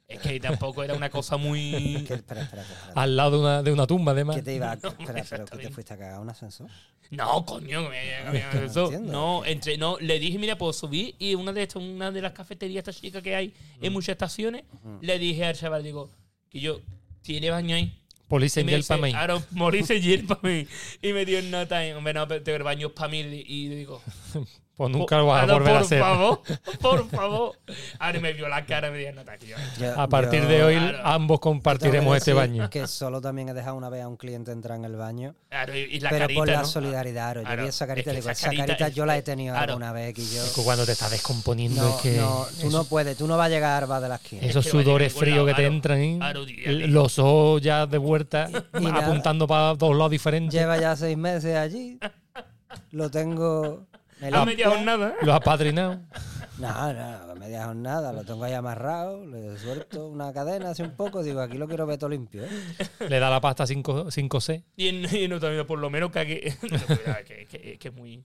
Speaker 2: Es que tampoco era una cosa
Speaker 1: (laughs)
Speaker 2: muy.
Speaker 1: Que- espera, espera, espera, espera.
Speaker 3: Al lado de una, de una tumba, además.
Speaker 1: ¿Qué te iba a...
Speaker 2: No,
Speaker 1: espera, pero que te
Speaker 2: exactamente.
Speaker 1: fuiste a cagar a un ascensor?
Speaker 2: No, coño, que me- que me-
Speaker 1: Es que no
Speaker 2: eso.
Speaker 1: entiendo.
Speaker 2: No, entre, no, le dije, mira, pues subí y una de estas, una de las cafeterías estas chicas que hay en muchas estaciones, le dije al chaval, digo, que yo, tiene baño ahí.
Speaker 3: Police
Speaker 2: Y me
Speaker 3: Angel
Speaker 2: dice, "Ah,
Speaker 3: para mí.
Speaker 2: Aaron, (laughs) morirse ayer para mí. Y me dio no time. Hombre, no, pero el baño es para mí. Y digo,
Speaker 3: Pues nunca lo vas a
Speaker 2: Aaron,
Speaker 3: volver a
Speaker 2: por
Speaker 3: hacer. (laughs)
Speaker 2: favor, por favor. Ahora me vio la cara y me dio no time. Yo,
Speaker 1: Yo-
Speaker 3: A partir
Speaker 1: yo-
Speaker 3: de hoy
Speaker 2: Claro.
Speaker 3: ambos
Speaker 1: yo tengo que
Speaker 3: compartiremos este
Speaker 1: decir
Speaker 3: baño.
Speaker 1: Que solo también he dejado una vez a un cliente entrar en el baño.
Speaker 2: Aaron, y- y la
Speaker 1: pero
Speaker 2: carita,
Speaker 1: por la
Speaker 2: ¿no?
Speaker 1: solidaridad, Aro. Yo
Speaker 2: Aro,
Speaker 1: vi esa carita y
Speaker 2: es que
Speaker 1: digo,
Speaker 2: esa
Speaker 1: esa carita,
Speaker 2: carita es
Speaker 1: yo la
Speaker 2: que-
Speaker 1: he tenido
Speaker 2: Aro.
Speaker 1: alguna vez que yo...
Speaker 3: Es que Cuando te está descomponiendo
Speaker 1: No,
Speaker 3: es que
Speaker 1: no, tú no puedes, tú no vas a llegar va de la esquina.
Speaker 3: esos
Speaker 2: que va a
Speaker 3: sudores
Speaker 2: llegar a
Speaker 3: fríos
Speaker 2: algún
Speaker 3: que te
Speaker 2: lado.
Speaker 3: entran, ¿eh?
Speaker 2: Claro, tío.
Speaker 3: los ojos ya de vuelta,
Speaker 1: Y nada.
Speaker 3: apuntando para dos lados diferentes,
Speaker 1: Lleva ya seis meses allí. Lo tengo. Me
Speaker 2: A
Speaker 1: lo-
Speaker 2: media jornada.
Speaker 3: los apadrinados.
Speaker 1: No, no, a media jornada. Lo tengo ahí amarrado. Le suelto una cadena hace un poco. Digo, aquí lo quiero ver todo limpio. ¿eh?
Speaker 3: Le da la pasta 5, 5C.
Speaker 2: Y en, y en otro amigo, por lo menos cagué. (laughs) No, cuidado, que, que- que es muy.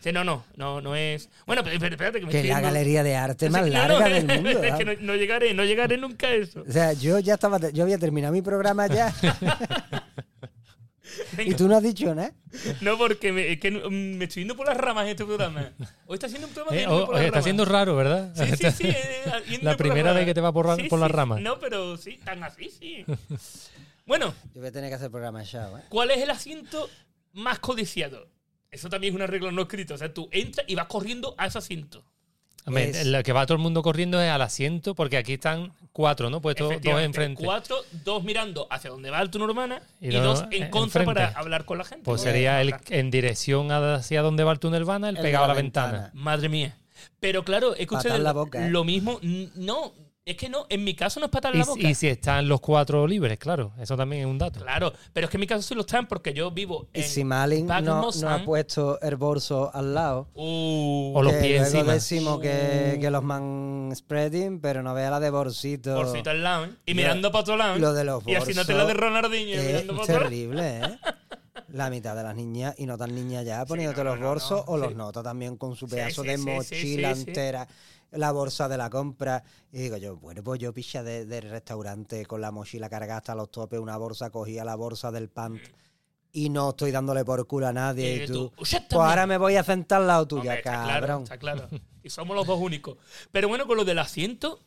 Speaker 2: Sí, no, no, no, no es. Bueno, pero pero espérate que me
Speaker 1: Que es
Speaker 2: estoy
Speaker 1: la
Speaker 2: yendo.
Speaker 1: galería de arte
Speaker 2: Sí,
Speaker 1: más
Speaker 2: no,
Speaker 1: larga
Speaker 2: no,
Speaker 1: del
Speaker 2: (laughs) es
Speaker 1: mundo.
Speaker 2: que
Speaker 1: ¿sabes?
Speaker 2: no, no llegaré, no llegaré nunca a eso.
Speaker 1: O sea, yo ya estaba. Yo había terminado mi programa
Speaker 2: (laughs)
Speaker 1: ya. (laughs) y
Speaker 2: Venga,
Speaker 1: tú no has dicho nada.
Speaker 2: No, porque me, es que, mm, me estoy yendo por las ramas en este programa. Hoy está siendo un programa de
Speaker 3: Eh,
Speaker 2: irme
Speaker 3: o-
Speaker 2: por las
Speaker 3: oye, está
Speaker 2: ramas.
Speaker 3: siendo raro, ¿verdad?
Speaker 2: Sí, sí, sí. eh, yendo
Speaker 3: La
Speaker 2: por las
Speaker 3: primera vez
Speaker 2: ramas.
Speaker 3: que te va por ra-
Speaker 2: Sí,
Speaker 3: por las
Speaker 2: sí,
Speaker 3: ramas.
Speaker 2: No, pero sí, tan así, sí. Bueno,
Speaker 1: Yo voy a tener que hacer programa ya. ¿eh?
Speaker 2: ¿cuál es el asiento más codiciado? Eso también es una regla no escrita. O sea, tú entras y vas corriendo a ese asiento.
Speaker 3: (laughs) Hombre,
Speaker 1: Es-
Speaker 3: Lo que va todo el mundo corriendo es al asiento, porque aquí están cuatro, ¿no? Puestos dos
Speaker 2: Efectivamente,
Speaker 3: enfrente.
Speaker 2: Cuatro, dos mirando hacia donde va el turno urbana
Speaker 3: Y
Speaker 2: y,
Speaker 3: dos
Speaker 2: dos en contra
Speaker 3: enfrente.
Speaker 2: para hablar con la gente.
Speaker 3: Pues
Speaker 2: Bueno,
Speaker 3: sería el
Speaker 2: hablar.
Speaker 3: en dirección hacia donde va el túnel Vana, el
Speaker 1: El de
Speaker 3: pegado a
Speaker 1: la
Speaker 3: la ventana.
Speaker 1: ventana.
Speaker 2: Madre mía. Pero claro, es que
Speaker 1: Patar
Speaker 2: ustedes
Speaker 1: la boca, ¿eh?
Speaker 2: lo mismo. n- No, es que no, en mi caso no es patar
Speaker 3: Y,
Speaker 2: la
Speaker 3: si-
Speaker 2: boca.
Speaker 3: y si están los cuatro libres, claro. Eso también es un dato.
Speaker 2: Claro, pero es que en mi caso sí lo están porque yo vivo
Speaker 1: Y
Speaker 2: en.
Speaker 1: si Malin
Speaker 2: Back
Speaker 1: no,
Speaker 2: Mosan-
Speaker 1: no ha puesto el bolso al lado.
Speaker 2: Uh,
Speaker 3: O los
Speaker 1: que
Speaker 3: pies
Speaker 1: luego
Speaker 3: encima.
Speaker 1: decimos que, que los man spreading, pero no vea la de bolsito.
Speaker 2: bolsito al lado, ¿eh? Y mirando para otro lado. ¿eh?
Speaker 1: Lo de los
Speaker 2: Y así no te la
Speaker 1: bolsos
Speaker 2: de Ronaldinho,
Speaker 1: Es
Speaker 2: mirando para otro lado.
Speaker 1: terrible, ¿eh? La mitad de las niñas, y no tan niñas ya, poniéndote
Speaker 2: no,
Speaker 1: los
Speaker 2: no,
Speaker 1: bolsos
Speaker 2: no,
Speaker 1: o
Speaker 2: sí.
Speaker 1: los nota también con su
Speaker 2: Sí,
Speaker 1: pedazo
Speaker 2: sí,
Speaker 1: de
Speaker 2: sí, sí,
Speaker 1: mochila
Speaker 2: sí, sí.
Speaker 1: entera, la bolsa de la compra. Y digo yo, bueno, pues yo picha de- del restaurante con la mochila cargada hasta los topes, una bolsa, cogía la bolsa del pant y no estoy dándole por culo a nadie.
Speaker 2: Eh,
Speaker 1: y tú,
Speaker 2: tú, "Usted
Speaker 1: pues
Speaker 2: también".
Speaker 1: ahora me voy a sentar al lado tuya,
Speaker 2: Hombre, está claro,
Speaker 1: cabrón.
Speaker 2: está claro. Y somos los dos únicos. Pero bueno, con lo del asiento,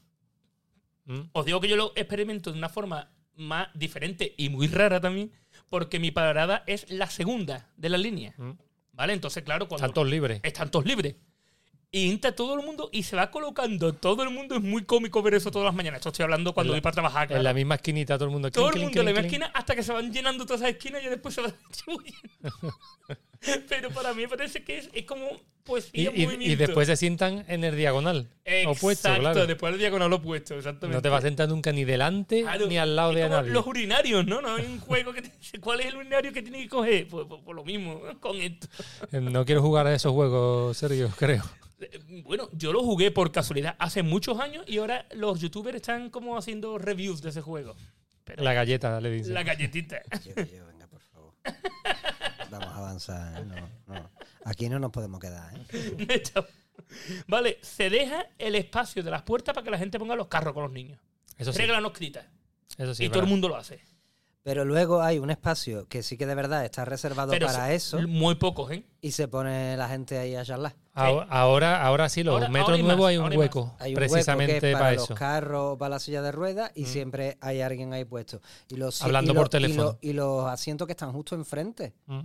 Speaker 3: ¿Mm?
Speaker 2: os digo que yo lo experimento de una forma más diferente y muy rara también, porque mi parada es la segunda de la línea.
Speaker 3: Mm.
Speaker 2: ¿Vale? Entonces, claro, cuando
Speaker 3: Están todos libres.
Speaker 2: están todos libres. Y entra todo el mundo y se va colocando todo el mundo. Es muy cómico ver eso todas las mañanas. Esto estoy hablando cuando
Speaker 3: En la-
Speaker 2: voy para trabajar. claro.
Speaker 3: En la misma esquinita, todo el mundo.
Speaker 2: Todo el
Speaker 3: clink,
Speaker 2: mundo en la
Speaker 3: clink,
Speaker 2: misma
Speaker 3: clink, clink.
Speaker 2: esquina hasta que se van llenando todas las esquinas y después se van (laughs) distribuyendo. (laughs) Pero para mí me parece que es, es como poesía
Speaker 3: Y- Y, y
Speaker 2: movimiento.
Speaker 3: después se sientan en el diagonal.
Speaker 2: Exacto,
Speaker 3: Opuesto, claro.
Speaker 2: después el diagonal opuesto, exactamente.
Speaker 3: No te vas a sentar nunca ni delante
Speaker 2: Claro,
Speaker 3: ni al lado
Speaker 2: Ah, es
Speaker 3: de
Speaker 2: como
Speaker 3: nadie.
Speaker 2: Los urinarios, ¿no? No hay un juego que te dice cuál es el urinario que tienes que coger. Pues, pues- pues lo mismo con esto.
Speaker 3: Eh, No quiero jugar a esos juegos, Sergio, (laughs) creo.
Speaker 2: Eh, Bueno, yo lo jugué por casualidad hace muchos años y ahora los youtubers están como haciendo reviews de ese juego. Pero
Speaker 3: La galleta, le dicen.
Speaker 2: la galletita.
Speaker 1: Yo, yo, venga, por favor. Vamos a avanzar. ¿eh? No, no. Aquí no nos podemos quedar. ¿eh?
Speaker 2: (laughs) Neta. vale, se deja el espacio de las puertas para que la gente ponga los carros con los niños.
Speaker 3: Eso sí.
Speaker 2: Regla no escrita.
Speaker 3: Eso sí.
Speaker 2: y todo el
Speaker 3: verdad.
Speaker 2: mundo lo hace.
Speaker 1: Pero luego hay un espacio que sí que de verdad está reservado
Speaker 2: Pero
Speaker 1: para
Speaker 2: se-
Speaker 1: eso
Speaker 2: Muy pocos, ¿eh?
Speaker 1: y se pone la gente ahí a charlar.
Speaker 3: Ahora, ahora, ahora sí, los
Speaker 2: Ahora-
Speaker 3: metros
Speaker 2: ahora hay más,
Speaker 3: nuevos hay un
Speaker 2: ahora hay más.
Speaker 3: hueco.
Speaker 1: Hay un
Speaker 3: precisamente
Speaker 1: hueco que es para,
Speaker 3: para
Speaker 1: los
Speaker 3: eso.
Speaker 1: carros o para la silla de ruedas y siempre hay alguien ahí puesto. Y los,
Speaker 3: Hablando
Speaker 1: y los-
Speaker 3: por teléfono.
Speaker 1: Y los, y los asientos que están justo enfrente,
Speaker 3: Mm.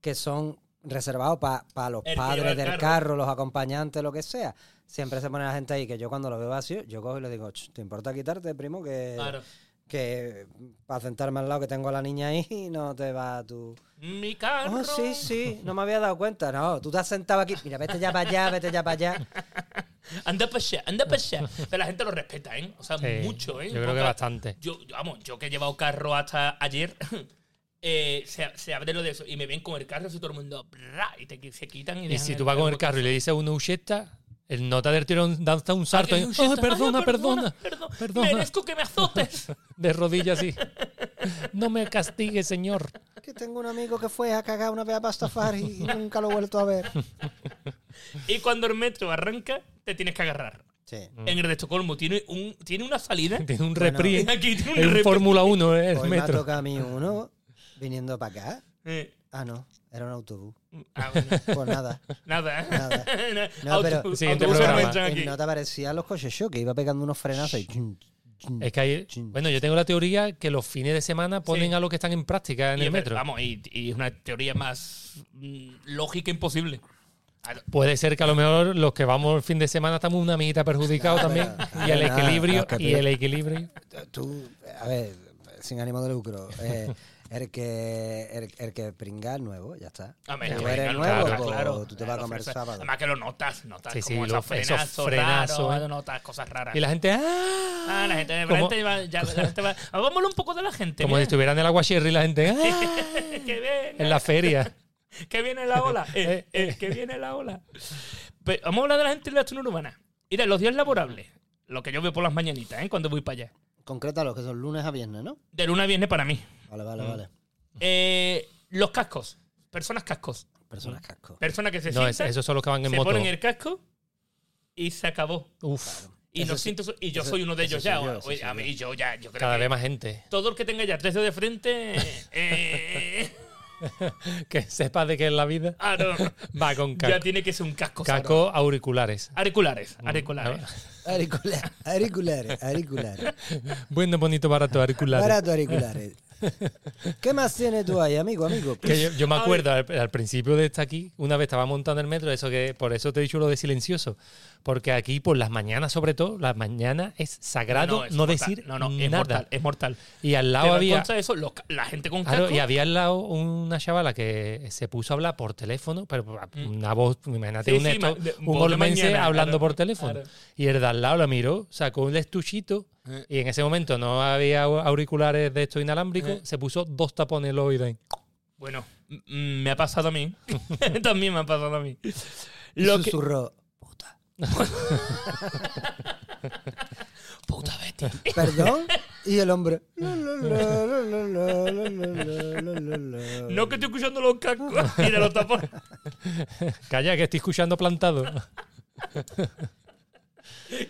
Speaker 1: que son reservados para los
Speaker 2: El que lleva
Speaker 1: padres
Speaker 2: el
Speaker 1: del carro.
Speaker 2: carro.
Speaker 1: los acompañantes, lo que sea. Siempre se pone la gente ahí que yo cuando lo veo vacío, yo cojo y le digo, "Ch, ¿te importa quitarte, primo? Que,
Speaker 2: Claro.
Speaker 1: que para sentarme al lado que tengo a la niña ahí (laughs) y no te va tú.
Speaker 2: Mi carro.
Speaker 1: Oh, sí, sí, no me había dado cuenta. No, tú te has sentado aquí. Mira, vete ya para allá, vete ya para allá.
Speaker 2: Anda para allá, anda para allá. Pero la gente lo respeta, ¿eh? O sea,
Speaker 3: Sí,
Speaker 2: mucho, ¿eh?
Speaker 3: Yo creo que
Speaker 2: Poca-
Speaker 3: bastante.
Speaker 2: Yo, yo- vamos, yo que he llevado carro hasta ayer, (laughs) eh, se, se abre lo de eso y me ven con el carro y todo el mundo, "Bra", y te, qui- se quitan y
Speaker 3: Y
Speaker 2: dejan
Speaker 3: si tú vas con el carro y le dices a uno ucheta, el nota del tirón da un
Speaker 2: Ah,
Speaker 3: salto.
Speaker 2: que
Speaker 3: y,
Speaker 2: hay un
Speaker 3: "Ay,
Speaker 2: gesto.
Speaker 3: perdona,
Speaker 2: Ay,
Speaker 3: perdona.
Speaker 2: perdona,
Speaker 3: perdona.
Speaker 2: Merezco que me
Speaker 3: (laughs)
Speaker 2: azotes.
Speaker 3: De
Speaker 2: (laughs)
Speaker 3: rodillas así. No me castigue, señor.
Speaker 1: Que tengo un amigo que fue a cagar una vez a Pastafari y nunca lo he vuelto a ver.
Speaker 2: y cuando el metro arranca, te tienes que agarrar.
Speaker 1: Sí.
Speaker 2: En el de Estocolmo tiene, un, tiene una salida.
Speaker 3: Mm. (laughs) Tiene un
Speaker 1: Bueno,
Speaker 2: (laughs)
Speaker 3: reprise.
Speaker 2: Aquí tiene un
Speaker 3: en
Speaker 2: repre-
Speaker 3: Fórmula 1, eh, (laughs) el
Speaker 1: Hoy me ha
Speaker 3: metro.
Speaker 1: tocado a mí uno viniendo para acá.
Speaker 2: Eh,
Speaker 1: Ah, no, era un autobús.
Speaker 2: ah, bueno, (laughs)
Speaker 1: Pues nada.
Speaker 2: nada. (laughs)
Speaker 1: Nada. No,
Speaker 2: Auto-
Speaker 1: pero-
Speaker 2: autobuses
Speaker 3: Siguiente
Speaker 2: no
Speaker 3: programa.
Speaker 2: entran aquí.
Speaker 1: En nota parecían los coches yo, que iba pegando unos frenazos y... chun, chun.
Speaker 3: Es que hay,
Speaker 1: Chin.
Speaker 3: bueno, yo tengo la teoría que los fines de semana ponen
Speaker 2: Sí.
Speaker 3: a los que están en práctica en
Speaker 2: Y
Speaker 3: el
Speaker 2: es ver-
Speaker 3: metro.
Speaker 2: Vamos, y, y es una teoría más mm, lógica imposible. Ah, A-
Speaker 3: Puede ser que a lo mejor los que vamos el fin de semana estamos una amiguita perjudicados también.
Speaker 1: pero-
Speaker 3: Y el
Speaker 1: nada,
Speaker 3: equilibrio,
Speaker 1: nada,
Speaker 3: y el equilibrio.
Speaker 1: Tú, a ver, sin ánimo de lucro, eh, el, que, el, el que pringa es nuevo, ya está.
Speaker 2: Hombre,
Speaker 1: Tú
Speaker 2: venga,
Speaker 1: eres
Speaker 2: claro,
Speaker 1: nuevo,
Speaker 2: Ah, claro,
Speaker 1: pues,
Speaker 2: claro,
Speaker 1: tú te vas a comer
Speaker 2: fresa.
Speaker 1: sábado.
Speaker 2: Además que lo notas, notas
Speaker 3: Sí, sí,
Speaker 2: como
Speaker 3: lo-
Speaker 2: esos
Speaker 3: esos
Speaker 2: frenazos,
Speaker 3: frenazos,
Speaker 2: raros,
Speaker 3: ¿eh?
Speaker 2: notas cosas raras.
Speaker 3: Y la gente. ¡ah!
Speaker 2: Ah, la gente de
Speaker 3: Como-
Speaker 2: frente va,
Speaker 3: (laughs)
Speaker 2: ya, la gente va. Hagámoslo un poco de la gente.
Speaker 3: Como si
Speaker 2: mira.
Speaker 3: estuvieran en el aguachirri la gente. ¡ah!
Speaker 2: (laughs) que viene,
Speaker 3: En la feria.
Speaker 2: que viene la
Speaker 3: (laughs)
Speaker 2: ola, eh, eh, que viene la ola. Pero vamos a hablar de la gente de la zona urbana. Mira, los días laborables, lo que yo veo por las mañanitas, ¿eh? cuando voy para allá.
Speaker 1: Concreta los que son lunes a viernes, ¿no?
Speaker 2: De luna viene para mí.
Speaker 1: Vale,
Speaker 3: Mm.
Speaker 1: vale, vale.
Speaker 2: Eh, los cascos, personas cascos,
Speaker 1: Personas
Speaker 2: Mm.
Speaker 1: casco.
Speaker 2: personas que se
Speaker 3: No, es-
Speaker 2: sientan,
Speaker 3: esos son los que van en
Speaker 2: se
Speaker 3: moto.
Speaker 2: ponen el casco y se acabó.
Speaker 3: Uf,
Speaker 2: Y
Speaker 1: Eso
Speaker 2: no
Speaker 1: sí.
Speaker 2: siento so- y yo
Speaker 1: Eso-
Speaker 2: soy uno de
Speaker 1: eso
Speaker 2: ellos
Speaker 1: soy
Speaker 2: ya.
Speaker 1: yo,
Speaker 2: o-
Speaker 1: eso
Speaker 2: oye,
Speaker 1: soy
Speaker 2: a mí
Speaker 1: yo.
Speaker 2: yo ya, yo creo
Speaker 3: cada
Speaker 2: que
Speaker 3: vez más gente.
Speaker 2: todo el que tenga ya tres dedos de frente (laughs)
Speaker 3: (laughs)
Speaker 2: eh,
Speaker 3: Que sepa de que en la vida
Speaker 2: ah, no,
Speaker 3: va con
Speaker 2: ya
Speaker 3: casco.
Speaker 2: tiene que ser un casco. sano.
Speaker 3: Casco Mm, auriculares.
Speaker 2: Auriculares, auriculares.
Speaker 1: Auriculares, auriculares, auriculares.
Speaker 3: Bueno, bonito, barato, auriculares.
Speaker 1: Barato auriculares. ¿Qué más tienes tú ahí, amigo, amigo?
Speaker 3: Que yo, yo me acuerdo al, al principio de estar aquí, una vez estaba montando el metro, eso que por eso te he dicho lo de silencioso. Porque aquí, por las mañanas, sobre todo, las mañanas es sagrado no,
Speaker 2: es mortal.
Speaker 3: decir
Speaker 2: Ah, no, no, es
Speaker 3: nada.
Speaker 2: mortal, es mortal.
Speaker 3: Y al lado
Speaker 2: Pero
Speaker 3: había.
Speaker 2: entonces eso, los ca- la gente con
Speaker 3: claro,
Speaker 2: casco,
Speaker 3: y había al lado una chavala que se puso a hablar por teléfono, pero una voz, imagínate
Speaker 2: Mm. Sí,
Speaker 3: un,
Speaker 2: sí,
Speaker 3: esto,
Speaker 2: ma- de-
Speaker 3: un
Speaker 2: voz de
Speaker 3: olmense
Speaker 2: mañana,
Speaker 3: hablando
Speaker 2: claro,
Speaker 3: por teléfono.
Speaker 2: claro. Eh.
Speaker 3: Y el de al lado la miró, sacó un estuchito y en ese momento no había au- auriculares de estos inalámbricos,
Speaker 2: Eh.
Speaker 3: se puso dos tapones en los oídos. ahí.
Speaker 2: bueno, m- m- me ha pasado a (laughs) mí. También me ha pasado a mí. Lo
Speaker 1: Lo
Speaker 2: que,
Speaker 1: Susurró. Puta.
Speaker 2: puta bestia.
Speaker 1: ¿Perdón? Y el hombre. la, la, la, la, la, la, la, la, la, la.
Speaker 2: No que estoy escuchando los cascos. (laughs) Mira, los tapones.
Speaker 3: Calla, que estoy escuchando plantado.
Speaker 2: (laughs)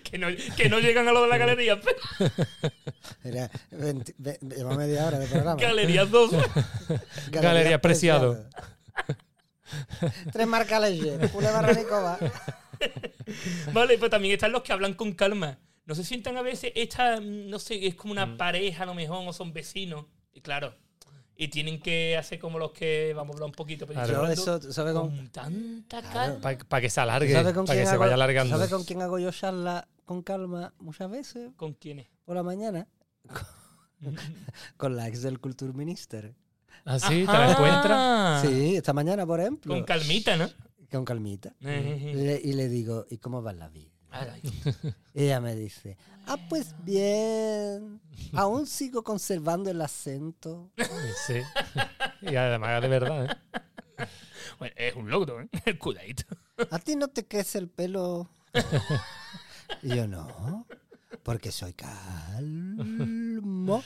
Speaker 2: Que no, que no llegan a lo de la galería. (laughs)
Speaker 1: Era 20 ve- lleva media hora de programa.
Speaker 2: Galería (laughs) 2.
Speaker 1: Galería,
Speaker 3: Galería Preciado.
Speaker 1: Tres marcas Leyer, una barra Nicoba.
Speaker 2: Vale, pero también están los que hablan con calma. No se sientan a veces, esta, mm, no sé, es como una pareja a lo mejor, o son vecinos. Y claro. Y tienen que hacer como los que vamos a hablar un poquito. Pero
Speaker 3: Claro.
Speaker 1: Yo
Speaker 2: hablando
Speaker 1: eso, ¿sabe con,
Speaker 2: con tanta
Speaker 1: Claro.
Speaker 2: calma.
Speaker 3: Para que se alargue,
Speaker 1: sabe
Speaker 3: para
Speaker 1: con
Speaker 3: que
Speaker 1: quién
Speaker 3: se
Speaker 1: hago-
Speaker 3: vaya alargando.
Speaker 1: sabe con quién hago yo charla con calma muchas veces
Speaker 2: ¿Con quiénes?
Speaker 1: por la mañana? Con la ex del Culture Minister.
Speaker 3: Así,
Speaker 1: Ah.
Speaker 3: Ah, te la encuentras.
Speaker 1: Sí, esta mañana, por ejemplo.
Speaker 2: Ah. Con calmita, ¿no?
Speaker 1: con calmita.
Speaker 2: Eh,
Speaker 1: Le- y le digo, ¿y cómo va la vida?
Speaker 2: Ay,
Speaker 1: Y ella me dice, ah, pues bien, aún sigo conservando el acento.
Speaker 3: Sí. Y además, de verdad. ¿eh?
Speaker 2: bueno, es un logro, ¿eh? (laughs) Cuidadito.
Speaker 1: ¿A ti no te crece el pelo? Y yo no, porque soy calmo.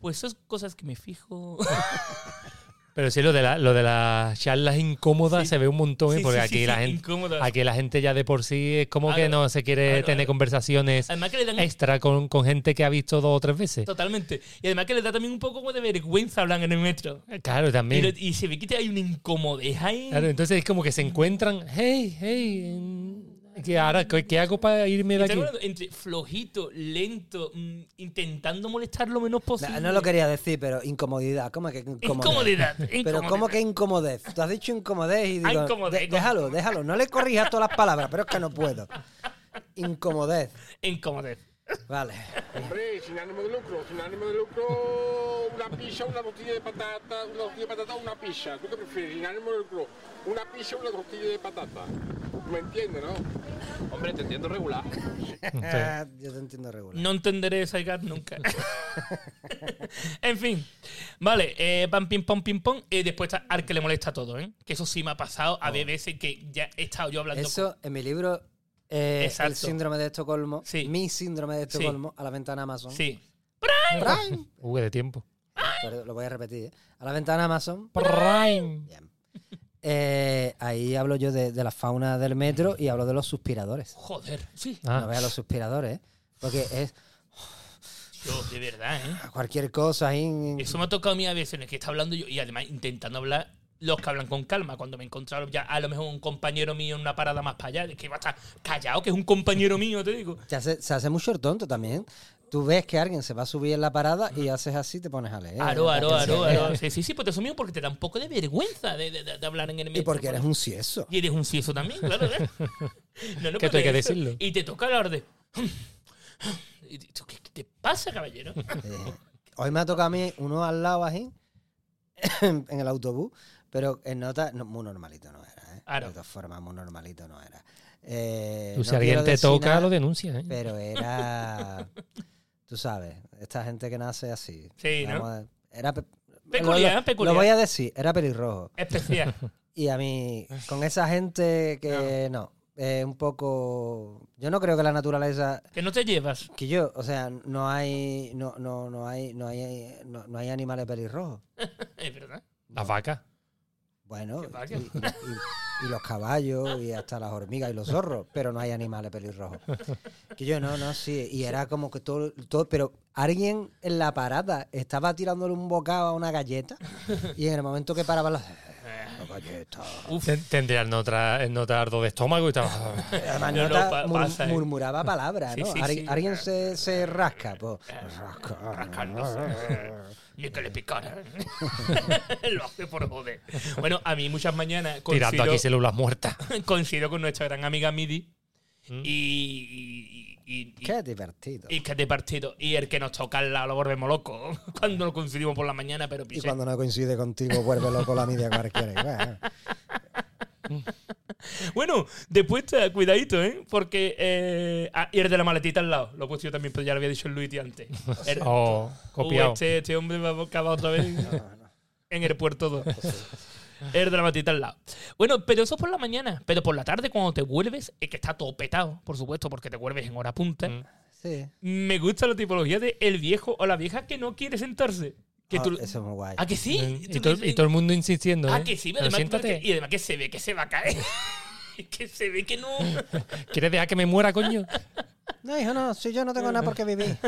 Speaker 2: Pues son cosas que me fijo.
Speaker 3: Pero sí, lo de, la- lo de las charlas incómodas
Speaker 2: Sí.
Speaker 3: se ve un montón, ¿eh?
Speaker 2: Sí,
Speaker 3: porque
Speaker 2: sí,
Speaker 3: aquí,
Speaker 2: sí,
Speaker 3: la
Speaker 2: sí,
Speaker 3: gente,
Speaker 2: incómodas.
Speaker 3: aquí la gente ya de por sí es como que
Speaker 2: Claro.
Speaker 3: no se quiere
Speaker 2: Claro,
Speaker 3: tener
Speaker 2: claro. (laughs)
Speaker 3: conversaciones
Speaker 2: Además que le dan
Speaker 3: extra con, con gente que ha visto dos o tres veces.
Speaker 2: totalmente. Y además que le da también un poco como de vergüenza hablar en el metro.
Speaker 3: Claro,
Speaker 2: Y,
Speaker 3: también.
Speaker 2: lo- y se ve que te- hay una incomodez ahí.
Speaker 3: Claro, entonces es como que se encuentran, hey, hey, mm, ¿qué, ahora, qué, qué hago para irme de
Speaker 2: Está
Speaker 3: aquí?
Speaker 2: hablando entre flojito, lento, mm, intentando molestar lo menos posible.
Speaker 1: No, no lo quería decir, pero incomodidad. ¿Cómo que incomodez?
Speaker 2: Incomodidad.
Speaker 1: Pero ¿cómo que incomodez? Tú has dicho incomodez y
Speaker 2: Ah,
Speaker 1: digo,
Speaker 2: incomodez,
Speaker 1: "De-
Speaker 2: ¿cómo?
Speaker 1: déjalo, déjalo. No le corrijas todas las palabras, pero es que no puedo. Incomodez.
Speaker 2: Incomodez.
Speaker 1: Vale.
Speaker 4: Hombre, sin ánimo de lucro, sin ánimo de lucro, una pizza, una tortilla de patata, una tortilla de patata, una pizza. ¿Tú qué prefieres? Sin ánimo de lucro, una pizza, una tortilla de patata. ¿Me entiendes, no? Hombre, te entiendo regular.
Speaker 3: Entonces,
Speaker 1: Ah, Yo te entiendo regular.
Speaker 2: No entenderé esa gag nunca. (laughs) en fin. Vale, eh, van ping pong, ping pong. Y después está al que le molesta todo, ¿eh? Que eso sí me ha pasado a veces que ya he estado yo hablando.
Speaker 1: Oh. Eso en mi libro, eh,
Speaker 2: Exacto.
Speaker 1: El síndrome de Estocolmo,
Speaker 2: Sí.
Speaker 1: mi síndrome de
Speaker 2: Sí.
Speaker 1: Estocolmo, a la ventana Amazon.
Speaker 2: con- Sí.
Speaker 1: Prime.
Speaker 3: Uy, Uh, de tiempo.
Speaker 1: Pero lo voy a repetir. ¿eh? A la ventana Amazon.
Speaker 3: Prime.
Speaker 1: Bien. eh, ahí hablo yo de, de la fauna del metro y hablo de los suspiradores.
Speaker 2: Joder, sí.
Speaker 3: Ah.
Speaker 1: No veas los suspiradores, ¿eh? porque es
Speaker 2: Yo, de verdad, ¿eh?
Speaker 1: cualquier cosa ahí. en-
Speaker 2: Eso me ha tocado a mí a veces en el que está hablando yo y además intentando hablar los que hablan con calma. Cuando me encontraron ya a lo mejor un compañero mío en una parada más para allá, es que iba a estar callado, que es un compañero mío, te digo.
Speaker 1: Se hace, se hace mucho el tonto también. Tú ves que alguien se va a subir en la parada y haces así, te pones a leer.
Speaker 2: Aro,
Speaker 1: para
Speaker 2: aro,
Speaker 1: que se
Speaker 2: aro,
Speaker 1: lea.
Speaker 2: aro. Sí, sí, sí, pues te asumimos porque te da un poco de vergüenza de, de- de- de hablar en el
Speaker 1: Y
Speaker 2: metro.
Speaker 1: porque eres un
Speaker 2: (laughs)
Speaker 1: cieso.
Speaker 2: Y eres un cieso también, claro.
Speaker 3: (laughs)
Speaker 2: ¿eh? No, no,
Speaker 3: Que
Speaker 2: porque
Speaker 3: esto hay que
Speaker 2: eso-
Speaker 3: decirlo.
Speaker 2: Y te toca hablar de. (sighs) Y tú, ¿Qué qué te pasa, caballero?
Speaker 1: Eh, hoy me ha tocado a mí uno al lado así, (coughs) en el autobús, pero en nota no, muy normalito no era. ¿eh?
Speaker 2: Claro.
Speaker 1: De todas formas, muy normalito no era. Eh,
Speaker 3: Tú, si
Speaker 1: no
Speaker 3: alguien
Speaker 1: quiero
Speaker 3: te
Speaker 1: decir
Speaker 3: toca,
Speaker 1: nada,
Speaker 3: lo denuncia. ¿eh?
Speaker 1: Pero era. Tú sabes, esta gente que nace así.
Speaker 2: Sí, ¿no?
Speaker 1: Vamos a- Era pe-
Speaker 2: Peculiar,
Speaker 1: lo- lo-
Speaker 2: peculiar.
Speaker 1: Lo voy a decir, era pelirrojo.
Speaker 2: Especial.
Speaker 1: Y a mí, con esa gente que no, es un poco. Yo no creo que la naturaleza.
Speaker 2: Que no te llevas.
Speaker 1: Que yo, o sea, no hay. No, no, no hay. No hay, no, no hay animales pelirrojos.
Speaker 2: Es verdad.
Speaker 3: Las vacas.
Speaker 1: Bueno,
Speaker 2: Qué
Speaker 1: y,
Speaker 2: vaga.
Speaker 1: y- y- y los caballos y hasta las hormigas y los zorros, pero no hay animales pelirrojos. Que yo no, no, sí. Y era como que todo, todo, pero alguien en la parada estaba tirándole un bocado a una galleta y en el momento que paraba la, "Eh, la galleta.
Speaker 3: Ten- Tendrían no tra- no tardo de estómago y tal.
Speaker 2: (laughs)
Speaker 1: Además,
Speaker 2: No, no,
Speaker 1: Nota
Speaker 2: pa-
Speaker 1: mur-
Speaker 2: pasa, ¿eh?
Speaker 1: murmuraba palabras,
Speaker 2: Sí,
Speaker 1: ¿no?
Speaker 2: sí,
Speaker 1: Ari-
Speaker 2: sí. Eh,
Speaker 1: Alguien se, se rasca, pues.
Speaker 3: Ah,
Speaker 2: Rascarnos. (laughs) Ni que le picara. ¿eh? (laughs) Lo hace por joder. Bueno, a mí muchas mañanas
Speaker 3: Tirando
Speaker 2: consigo-
Speaker 3: aquí células muertas.
Speaker 2: (laughs) coincido con nuestra gran amiga Midi
Speaker 3: Mm.
Speaker 2: y, y, y- y-
Speaker 1: Qué divertido.
Speaker 2: y que te partido. Y el que nos toca al lado lo volvemos loco (laughs) cuando lo coincidimos por la mañana, pero
Speaker 1: Y
Speaker 2: piche.
Speaker 1: cuando no coincide contigo, vuelve loco la media cualquiera.
Speaker 2: (laughs)
Speaker 1: Bueno,
Speaker 2: Bueno, después te- cuidadito, ¿eh? Porque eh, ah, y el de la maletita al lado. Lo he puesto yo también, pero ya lo había dicho el Luis
Speaker 3: (laughs)
Speaker 2: antes. El- (laughs)
Speaker 3: O
Speaker 2: Uh,
Speaker 3: copiado.
Speaker 2: este, este hombre va a acabar otra vez en el
Speaker 1: (laughs)
Speaker 2: puerto 2. El de la matita al lado. Bueno, pero eso es por la mañana. Pero por la tarde, cuando te vuelves, es que está todo petado, por supuesto, porque te vuelves en hora punta.
Speaker 3: Mm.
Speaker 1: sí.
Speaker 2: Me gusta la tipología de el viejo o la vieja que no quiere sentarse. Que
Speaker 1: Ah,
Speaker 2: tú-
Speaker 1: Eso es muy guay.
Speaker 2: ¿A que sí?
Speaker 3: Mm. Y,
Speaker 2: ¿Tú
Speaker 3: to-
Speaker 2: qué-
Speaker 3: y todo el mundo insistiendo.
Speaker 2: ¿A
Speaker 3: ¿eh?
Speaker 2: Ah, que sí?
Speaker 3: Pero
Speaker 2: Además,
Speaker 3: siéntate.
Speaker 2: y además que se ve que se va a caer. (laughs) que se ve que no.
Speaker 3: ¿Quieres dejar que me muera, coño?
Speaker 1: No, hijo, no, si yo no tengo nada por qué
Speaker 2: (laughs)
Speaker 1: vivir.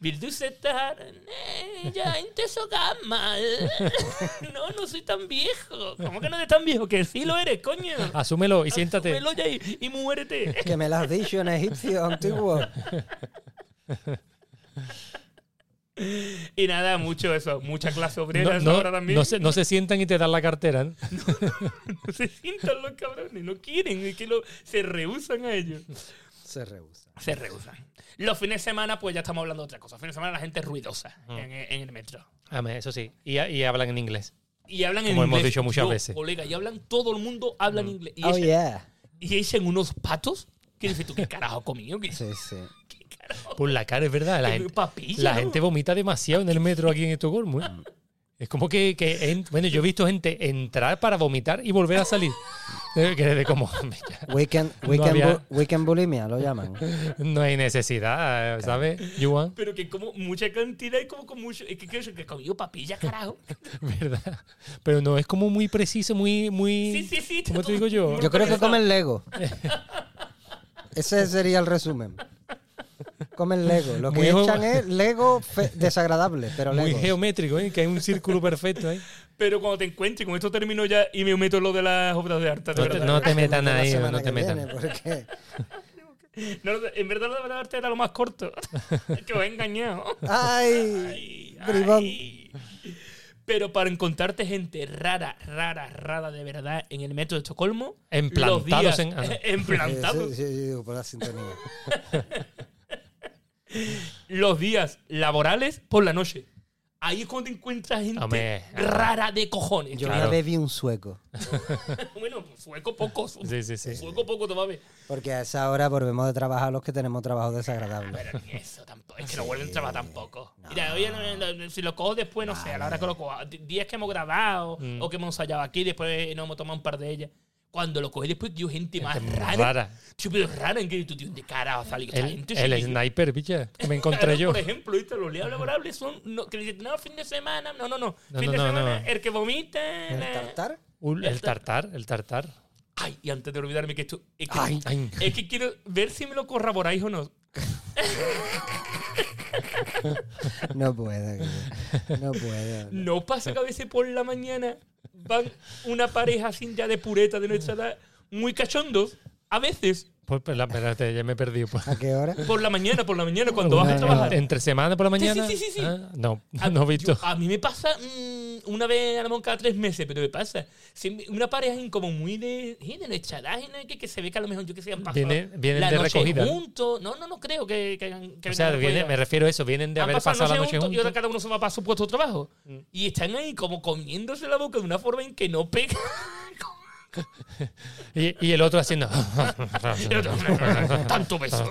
Speaker 2: Virtud estar Eh,
Speaker 3: (laughs)
Speaker 2: ya mal. No, no soy tan viejo. ¿Cómo que no eres tan viejo? Que sí lo eres, coño.
Speaker 3: Asúmelo y siéntate.
Speaker 2: Asúmelo ya y, y muérete.
Speaker 1: Que me lo has dicho en egipcio antiguo.
Speaker 2: Y nada, mucho eso. Mucha clase obrera
Speaker 3: No,
Speaker 2: eso
Speaker 3: no-
Speaker 2: ahora también.
Speaker 3: no se, no se sientan y te dan la cartera. ¿eh? ¿no?
Speaker 2: No (laughs) se sientan los cabrones. No quieren. Es que lo- se rehusan a ellos.
Speaker 1: Se rehúsa.
Speaker 2: Se rehusan. Los fines de semana, pues ya estamos hablando de otra cosa. Fines de semana la gente es ruidosa
Speaker 3: Mm.
Speaker 2: en, en el metro.
Speaker 3: Amén, eso sí. Y, y hablan en inglés.
Speaker 2: Y hablan en
Speaker 3: Como hemos
Speaker 2: inglés.
Speaker 3: dicho muchas
Speaker 2: Yo,
Speaker 3: veces. Mm.
Speaker 2: Colega, y hablan, todo el mundo habla en inglés. Y,
Speaker 1: Oh,
Speaker 2: echan,
Speaker 1: yeah.
Speaker 2: y echan unos patos que dices tú, ¿qué carajo comido? ¿Qué,
Speaker 1: Sí, sí.
Speaker 2: qué carajo?
Speaker 3: Por la cara, es verdad. La,
Speaker 2: Que
Speaker 3: gente,
Speaker 2: papilla,
Speaker 3: la
Speaker 2: ¿no?
Speaker 3: gente vomita demasiado en el metro aquí en Estocolmo. ¿eh? Es como que, que en- bueno, yo he visto gente entrar para vomitar y volver a salir. Eh, Que desde como (laughs) ya,
Speaker 1: Weekend, weekend,
Speaker 3: había-
Speaker 1: bu- weekend bulimia, lo llaman.
Speaker 3: no hay necesidad, eh, ¿sabes? Yuan,
Speaker 2: Pero que como mucha cantidad y como con mucho... Es que creo que he comido papilla, carajo.
Speaker 3: ¿verdad? Pero no es como muy preciso, muy, muy.
Speaker 2: Sí, sí, sí.
Speaker 3: ¿Cómo
Speaker 2: todo-
Speaker 3: te digo yo?
Speaker 1: Yo creo que
Speaker 2: Eso.
Speaker 1: comen
Speaker 3: (laughs)
Speaker 1: Lego. Ese sería el resumen. Comen Lego. Lo que
Speaker 3: Muy jo-
Speaker 1: echan es Lego fe- desagradable, pero
Speaker 3: Muy
Speaker 1: Lego.
Speaker 3: geométrico, ¿eh? que hay un círculo perfecto ahí.
Speaker 2: Pero cuando te encuentres, con esto termino ya y me meto en lo de las obras de arte. de
Speaker 3: No te,
Speaker 2: verdad.
Speaker 3: no te metan
Speaker 1: La
Speaker 3: ahí,
Speaker 1: semana
Speaker 3: no te
Speaker 1: que viene,
Speaker 3: metan.
Speaker 1: porque-
Speaker 2: No, lo de- en verdad lo de obras de arte era lo más
Speaker 3: (laughs)
Speaker 2: corto. que os he engañado.
Speaker 1: ¡Ay!
Speaker 2: Ay,
Speaker 1: Bribón. Eh,
Speaker 2: ay. Pero para encontrarte gente rara, rara, rara de verdad en el metro de Estocolmo.
Speaker 3: Emplantados
Speaker 2: los días-
Speaker 3: en- ah, no.
Speaker 2: (laughs) emplantados.
Speaker 1: Sí, sí, sí, digo, por la sintonía.
Speaker 2: Los días laborales por la noche. Ahí es cuando te encuentras gente
Speaker 3: Hombre. ah.
Speaker 2: rara de cojones.
Speaker 1: Yo
Speaker 3: Claro.
Speaker 1: una vez vi un sueco.
Speaker 2: (laughs) bueno, pues sueco poco. su-
Speaker 3: Sí, sí, sí.
Speaker 2: Sueco poco te va a ver.
Speaker 1: Porque a esa hora volvemos de trabajar los que tenemos trabajo desagradable.
Speaker 2: Pero ni eso tampoco. Es que no vuelven a trabajar tampoco. Mira, oye, no, no, no, si lo cojo después, no sé, a la hora que lo cojo. D- Días que hemos grabado
Speaker 3: Mm.
Speaker 2: o que hemos ensayado aquí, después nos hemos tomado un par de ellas. Cuando lo coges después, yo gente más rara.
Speaker 3: Rara.
Speaker 2: Tío, pero rara en que tú, tío, de cara ha salido esta
Speaker 3: El,
Speaker 2: gente.
Speaker 3: el
Speaker 2: sí.
Speaker 3: sniper, picha,
Speaker 2: (laughs)
Speaker 3: que me
Speaker 2: Claro,
Speaker 3: encontré yo.
Speaker 2: Por ejemplo, ¿viste? los días laborables son. No, que dicen, no, fin de semana. No, no, no.
Speaker 3: No,
Speaker 2: fin
Speaker 3: no,
Speaker 2: de
Speaker 3: no,
Speaker 2: semana,
Speaker 3: no.
Speaker 2: el que vomita.
Speaker 1: ¿El
Speaker 2: la-
Speaker 1: tartar?
Speaker 3: Un- el tartar, el tartar.
Speaker 2: Ay, y antes de olvidarme que esto. Es que,
Speaker 3: Ay, ay.
Speaker 2: es que quiero ver si me lo corroboráis o no.
Speaker 1: No puedo. coño. No puedo.
Speaker 2: ¿No pasa que a veces por la mañana van una pareja sin ya de pureta de nuestra edad, muy cachondos? A veces,
Speaker 3: Pues, pues, la- espérate, ya me he perdido. pues.
Speaker 1: ¿A qué hora?
Speaker 2: por la mañana, por la mañana, cuando vas a
Speaker 1: Bueno,
Speaker 2: trabajar.
Speaker 3: ¿Entre semana por la
Speaker 2: Sí, sí,
Speaker 3: mañana?
Speaker 2: sí, sí, sí.
Speaker 3: Ah, no,
Speaker 2: A-
Speaker 3: (laughs) no he visto.
Speaker 2: yo- ah, a mí me pasa mm, una vez a lo mejor cada tres meses, pero me pasa. Si una pareja en como muy de. eh, de necharás, eh, que, que se ve que a lo mejor yo que sé, han pasado.
Speaker 3: Vienen- vienen
Speaker 2: la
Speaker 3: de
Speaker 2: noche
Speaker 3: recogida, ¿no?
Speaker 2: juntos. No, no, no creo que, que hayan- que
Speaker 3: o
Speaker 2: vengan
Speaker 3: sea,
Speaker 2: de
Speaker 3: viene-
Speaker 2: recogida.
Speaker 3: me refiero a eso, vienen de
Speaker 2: Han
Speaker 3: haber pasado la
Speaker 2: juntos
Speaker 3: noche
Speaker 2: y
Speaker 3: juntos. Mm.
Speaker 2: ahora cada uno se va para su puesto de trabajo. Y están ahí como comiéndose la boca de una forma en que no
Speaker 3: (laughs)
Speaker 2: pega.
Speaker 3: Y, y el otro
Speaker 2: (laughs)
Speaker 3: haciendo. (laughs)
Speaker 2: Tanto beso.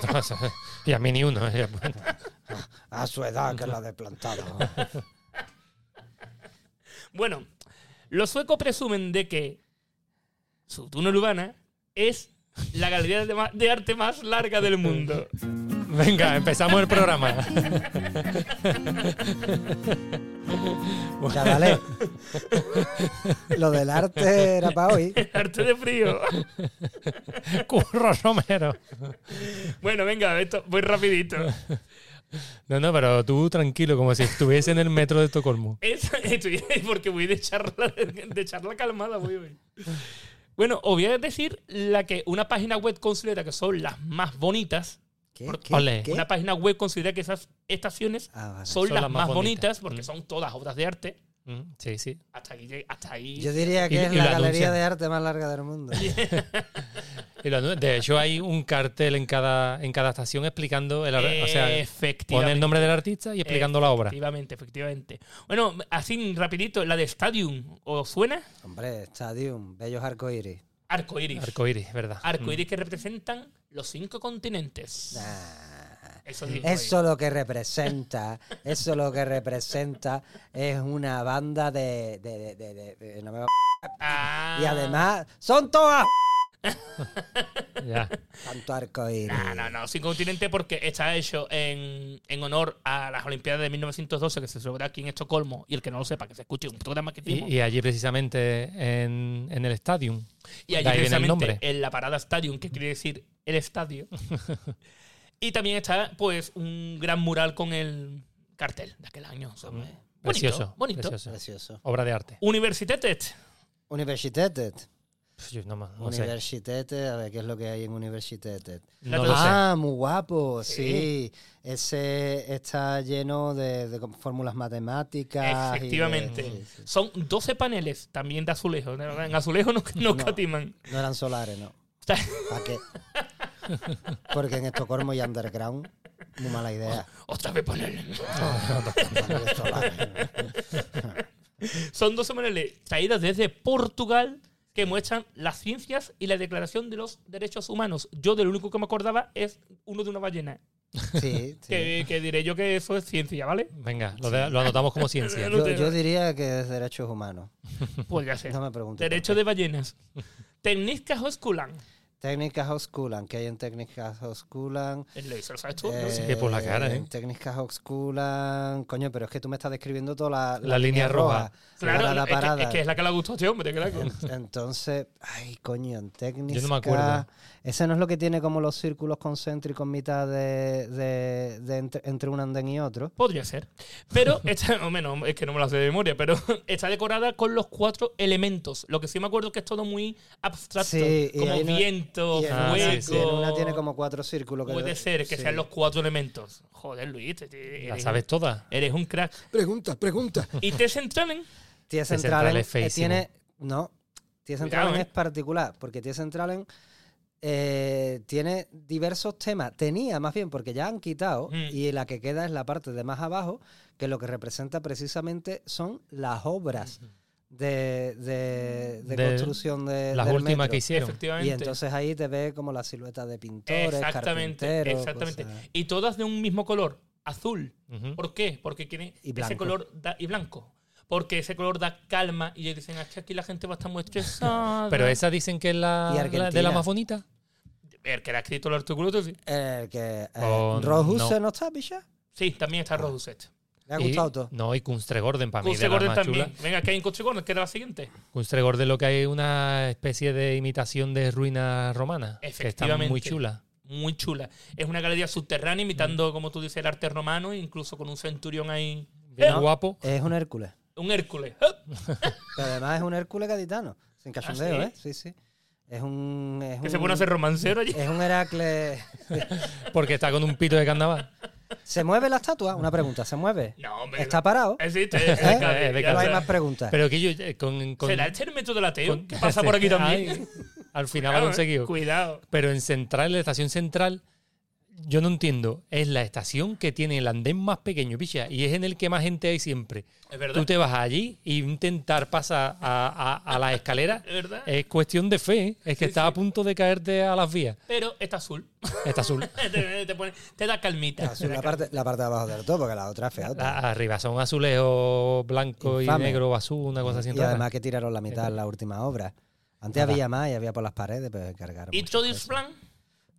Speaker 3: y a mí ni uno. pues.
Speaker 1: A su edad, que la de plantado.
Speaker 2: Bueno, los suecos presumen de que su túnel urbana es la galería de, ma- de arte más larga del mundo.
Speaker 3: Venga, empezamos el programa.
Speaker 1: Chavales. Pues Lo del arte era para hoy.
Speaker 2: arte de frío.
Speaker 3: Curro Romero.
Speaker 2: Bueno, venga, esto voy rapidito.
Speaker 3: No, no, pero tú tranquilo, como si estuviese en el metro de Estocolmo.
Speaker 2: Es, estoy- (laughs) porque voy de charla, de charla calmada, voy hoy. Bueno, os voy a decir la que una página web considera que son las más bonitas.
Speaker 1: ¿Qué?
Speaker 2: Por-
Speaker 1: ¿Qué?
Speaker 3: Ole.
Speaker 1: ¿Qué?
Speaker 2: Una página web considera que esas estaciones
Speaker 1: Ah, vale.
Speaker 2: son, las, más, bonitas, porque son todas obras de arte.
Speaker 3: Mm, Sí, sí.
Speaker 2: Hasta ahí. lleg- Hasta ahí.
Speaker 1: Yo diría que
Speaker 3: Y-
Speaker 1: es
Speaker 3: y
Speaker 1: la
Speaker 3: lo
Speaker 1: galería
Speaker 3: anuncian.
Speaker 1: de arte más larga del
Speaker 2: (laughs)
Speaker 1: mundo.
Speaker 3: Y lo anu- de hecho, hay un cartel en cada, en cada estación explicando el, ar- o sea, pone el
Speaker 2: efectivamente.
Speaker 3: nombre del artista y explicando la obra.
Speaker 2: Efectivamente, efectivamente. Bueno, así rapidito, la de Stadium, ¿os suena?
Speaker 1: Hombre, Stadium, bellos arcoíris.
Speaker 2: Arcoiris.
Speaker 3: Arcoiris, ¿verdad?
Speaker 2: Arcoiris que representan los cinco continentes.
Speaker 1: Nah.
Speaker 2: Eso dijo
Speaker 1: Ah, Eso lo que representa, eso lo que representa es una banda de... de- de- de- de- de- no me va-
Speaker 2: él. Ah.
Speaker 1: Y además, son todas...
Speaker 3: Ya.
Speaker 1: Tanto arcoíris.
Speaker 2: Ah, No, no, no, cinco continentes porque está hecho en, en honor a las Olimpiadas de 1912 que se celebra aquí en Estocolmo. Y el que no lo sepa, que se escuche un programa que
Speaker 3: Y,
Speaker 2: hicimos.
Speaker 3: y allí precisamente en, en el estadio.
Speaker 2: Y allí
Speaker 3: De ahí viene el
Speaker 2: precisamente
Speaker 3: nombre.
Speaker 2: en la parada Stadium, que quiere decir el
Speaker 3: (laughs)
Speaker 2: estadio. y también está pues un gran mural con el cartel de aquel año. sobre- Bonito,
Speaker 3: Mm. Precioso.
Speaker 2: bonito.
Speaker 3: precioso.
Speaker 1: Precioso.
Speaker 3: Obra de arte.
Speaker 2: Universitetet.
Speaker 1: Universitetet.
Speaker 3: Pf, yo no, ma- no sé.
Speaker 1: Universitetet, a ver qué es lo que hay en Universitetet.
Speaker 3: No lo sé.
Speaker 1: ah, muy guapo, sí.
Speaker 2: Sí.
Speaker 1: Ese está lleno de, de fórmulas matemáticas. y de-
Speaker 2: Efectivamente.
Speaker 1: sí, sí.
Speaker 2: Son 12 paneles también de azulejo. de verdad, En azulejo no, no,
Speaker 1: No.
Speaker 2: catiman.
Speaker 1: No eran solares, no.
Speaker 2: Está-
Speaker 1: ¿Para qué? Porque en Estocolmo y underground, muy mala idea.
Speaker 2: Otra vez paneles.
Speaker 1: Paneles solares.
Speaker 2: (laughs) Son 12 paneles traídas desde Portugal que muestran las ciencias y la declaración de los derechos humanos. Yo del único que me acordaba es uno de una ballena.
Speaker 1: Sí, sí.
Speaker 2: Que, que diré yo que eso es ciencia, ¿vale?
Speaker 3: Venga, lo, de- lo anotamos
Speaker 1: (laughs)
Speaker 3: como ciencia.
Speaker 1: Yo, yo diría que es derechos humanos.
Speaker 2: Podría ser.
Speaker 1: No me preguntes. por
Speaker 2: Pues Derecho de ballenas. Técnicas Osculan.
Speaker 1: Técnicas osculan, que hay en técnicas osculan.
Speaker 2: Él lo hizo, ¿lo sabes tú?
Speaker 1: Eh,
Speaker 3: Sí, que por la cara, ¿eh?
Speaker 1: Técnicas osculan. Coño, pero es que tú me estás describiendo toda la,
Speaker 3: La línea roja.
Speaker 2: claro,
Speaker 1: Parada,
Speaker 2: es que-
Speaker 1: parada.
Speaker 2: Es, que, es la que le gustó a este hombre, claro.
Speaker 1: En- Entonces, ay, coño, en técnicas.
Speaker 3: Yo no me acuerdo.
Speaker 1: Ese no es lo que tiene como los círculos concéntricos en mitad de, de- de entre, entre un andén y otro.
Speaker 2: Podría ser.
Speaker 1: (laughs)
Speaker 2: Pero está, o menos, es que no me lo sé de memoria, pero (laughs) está decorada con los cuatro elementos. Lo que sí me acuerdo es que es todo muy abstracto.
Speaker 1: Sí, y hay
Speaker 2: como
Speaker 1: una-
Speaker 2: viento,
Speaker 1: y en, una,
Speaker 3: Ah,
Speaker 2: fuego.
Speaker 3: sí, sí.
Speaker 1: y en una tiene como cuatro círculos. que-
Speaker 2: Puede ser que
Speaker 1: sí.
Speaker 2: sean los cuatro elementos. Joder, Luis, te- te-
Speaker 3: La
Speaker 2: eres,
Speaker 3: sabes todas.
Speaker 2: eres un crack.
Speaker 1: Pregunta, pregunta.
Speaker 2: Y te
Speaker 1: (laughs)
Speaker 2: centran en.
Speaker 1: Tía
Speaker 3: Tía
Speaker 1: Centralen
Speaker 3: Centralen es
Speaker 1: eh,
Speaker 3: feísimo.
Speaker 1: tiene. No, Tía
Speaker 2: Cuidado,
Speaker 1: Centralen
Speaker 2: ¿eh?
Speaker 1: es particular, porque Tía Centralen eh, tiene diversos temas. Tenía más bien, porque ya han quitado,
Speaker 2: Mm.
Speaker 1: y la que queda es la parte de más abajo, que lo que representa precisamente son las obras de, de- de
Speaker 3: De-
Speaker 1: construcción de.
Speaker 3: Las
Speaker 1: del
Speaker 3: últimas
Speaker 1: metro.
Speaker 3: que hicieron.
Speaker 2: Efectivamente.
Speaker 1: Y entonces ahí te ve como la silueta de pintores,
Speaker 2: Exactamente,
Speaker 1: carpinteros,
Speaker 2: exactamente.
Speaker 1: cosas.
Speaker 2: Y todas de un mismo color, azul.
Speaker 3: Ujú.
Speaker 2: ¿Por qué? Porque tiene
Speaker 1: Y
Speaker 2: ese
Speaker 1: blanco.
Speaker 2: color da- y blanco. Porque ese color da calma y ellos dicen, "Ah, es que aquí la gente va a
Speaker 1: (laughs)
Speaker 2: estar muy estresada.
Speaker 3: Pero esa dicen que es
Speaker 1: Y
Speaker 3: la, la- de
Speaker 1: Argentina.
Speaker 3: la más bonita.
Speaker 2: El que le ha escrito el artículo, tú sí.
Speaker 1: El que. eh,
Speaker 3: Oh,
Speaker 1: Rojuse
Speaker 3: no.
Speaker 1: no está, picha.
Speaker 2: Sí, también está Roduset.
Speaker 1: Le ha
Speaker 3: Y-
Speaker 1: gustado todo.
Speaker 3: No, y Kunstregorden para mí.
Speaker 2: Custer
Speaker 3: de las
Speaker 2: Gordon
Speaker 3: más
Speaker 2: también.
Speaker 3: chulas.
Speaker 2: Venga, que hay en Custer Gordon? ¿Qué era la siguiente?
Speaker 3: Kunstregorden lo que hay es una especie de imitación de ruinas romanas. Que están muy
Speaker 2: Efectivamente. Eh,
Speaker 3: chulas. Mm.
Speaker 2: Muy chula. Es una galería subterránea imitando, como tú dices, el arte romano, incluso con un centurión ahí.
Speaker 3: Bien
Speaker 2: ¡Eh!
Speaker 3: guapo.
Speaker 1: Es un Hércules.
Speaker 2: Un Hércules. ¡Eh!
Speaker 1: Pero además es un Hércules gaditano. Sin cachondeo,
Speaker 2: Ah, ¿sí?
Speaker 1: ¿eh? Sí, sí. Es un. Es
Speaker 2: Que
Speaker 1: un
Speaker 2: se pone a ser romancero allí.
Speaker 1: Es un Heracles.
Speaker 3: Porque está con un pito de
Speaker 1: (laughs)
Speaker 3: carnaval.
Speaker 1: ¿Se mueve la estatua? Una pregunta, ¿se mueve?
Speaker 2: No, hombre.
Speaker 1: ¿Está parado? (laughs)
Speaker 2: Existe. es de
Speaker 1: ¿Eh?
Speaker 2: Cádiz,
Speaker 3: Es de
Speaker 2: ya
Speaker 1: No hay
Speaker 2: sabes.
Speaker 1: más preguntas.
Speaker 3: Pero que yo. eh, Con, con-
Speaker 2: ¿Será este el metro del ateo?
Speaker 3: con-
Speaker 2: que
Speaker 3: (laughs)
Speaker 2: pasa por aquí también?
Speaker 3: Ay,
Speaker 2: (laughs)
Speaker 3: al final
Speaker 2: Cuidado,
Speaker 3: lo ha
Speaker 2: eh,
Speaker 3: conseguido.
Speaker 2: Cuidado.
Speaker 3: Pero en Central, en la estación Central, yo no entiendo. Es la estación que tiene el andén más pequeño, picha, y es en el que más gente hay siempre.
Speaker 2: Es verdad.
Speaker 3: Tú te vas allí e intentar pasar a, a- a las escaleras
Speaker 2: Es verdad.
Speaker 3: es cuestión de fe. ¿eh? Es que estás a punto de caerte a las vías.
Speaker 2: Pero está azul. (laughs)
Speaker 3: Está azul.
Speaker 2: te, te pone- te da calmita.
Speaker 1: Azul,
Speaker 2: Te da
Speaker 1: la,
Speaker 2: calma.
Speaker 1: parte, la parte de abajo del todo, porque la otra es feota.
Speaker 3: A- arriba son azulejos blanco
Speaker 1: Infame.
Speaker 3: y negro, azul, una cosa así.
Speaker 1: y
Speaker 3: rara.
Speaker 1: además que tiraron la mitad en la última obra. Antes
Speaker 3: Nada.
Speaker 1: había más y había por las paredes, pero cargaron.
Speaker 2: ¿Y Toddy's Plan?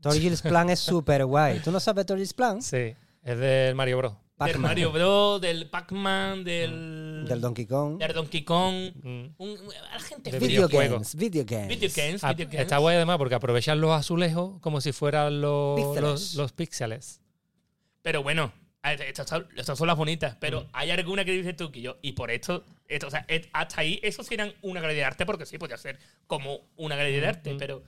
Speaker 1: Torgil's Plan es súper guay. ¿Tú no sabes Torgil's Plan?
Speaker 3: Sí, es del Mario Bros.
Speaker 2: Del
Speaker 1: Pac-Man.
Speaker 2: Mario Bros, del Pac-Man, del.
Speaker 1: Del Donkey Kong.
Speaker 2: del Donkey Kong.
Speaker 3: Mm.
Speaker 2: Un- a la gente
Speaker 3: Del
Speaker 1: Video
Speaker 2: video,
Speaker 3: videojuego.
Speaker 1: games, video games.
Speaker 2: video games,
Speaker 3: Ah,
Speaker 2: video games.
Speaker 3: Está guay además porque aprovechan los azulejos como si fueran los,
Speaker 1: Píxeles.
Speaker 3: los, los píxeles.
Speaker 2: Pero bueno, a- estas son- estas son las bonitas.
Speaker 3: Mm.
Speaker 2: Pero hay alguna que dices tú que yo. Y por esto, esto o sea, et- hasta ahí, eso sí eran una galería de arte, porque sí, podía ser como una galería de
Speaker 3: Mm,
Speaker 2: arte. Pero,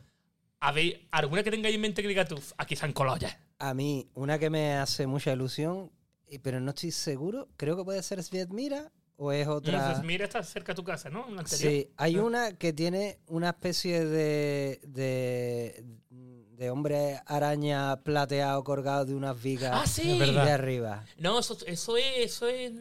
Speaker 2: ¿habéis alguna que tengáis en mente que diga tú, "Ah, aquí se han colado ya?
Speaker 1: A mí, una que me hace mucha ilusión, y- pero no estoy seguro, creo que puede ser Svietmira o es otra...
Speaker 2: Entonces, mira, está cerca de tu casa, ¿no? La anterior.
Speaker 1: Sí, hay una que tiene una especie de, de, de hombre araña plateado colgado de unas vigas
Speaker 2: Ah, sí. Es
Speaker 3: verdad.
Speaker 1: de arriba.
Speaker 2: No, eso, eso es. Eso es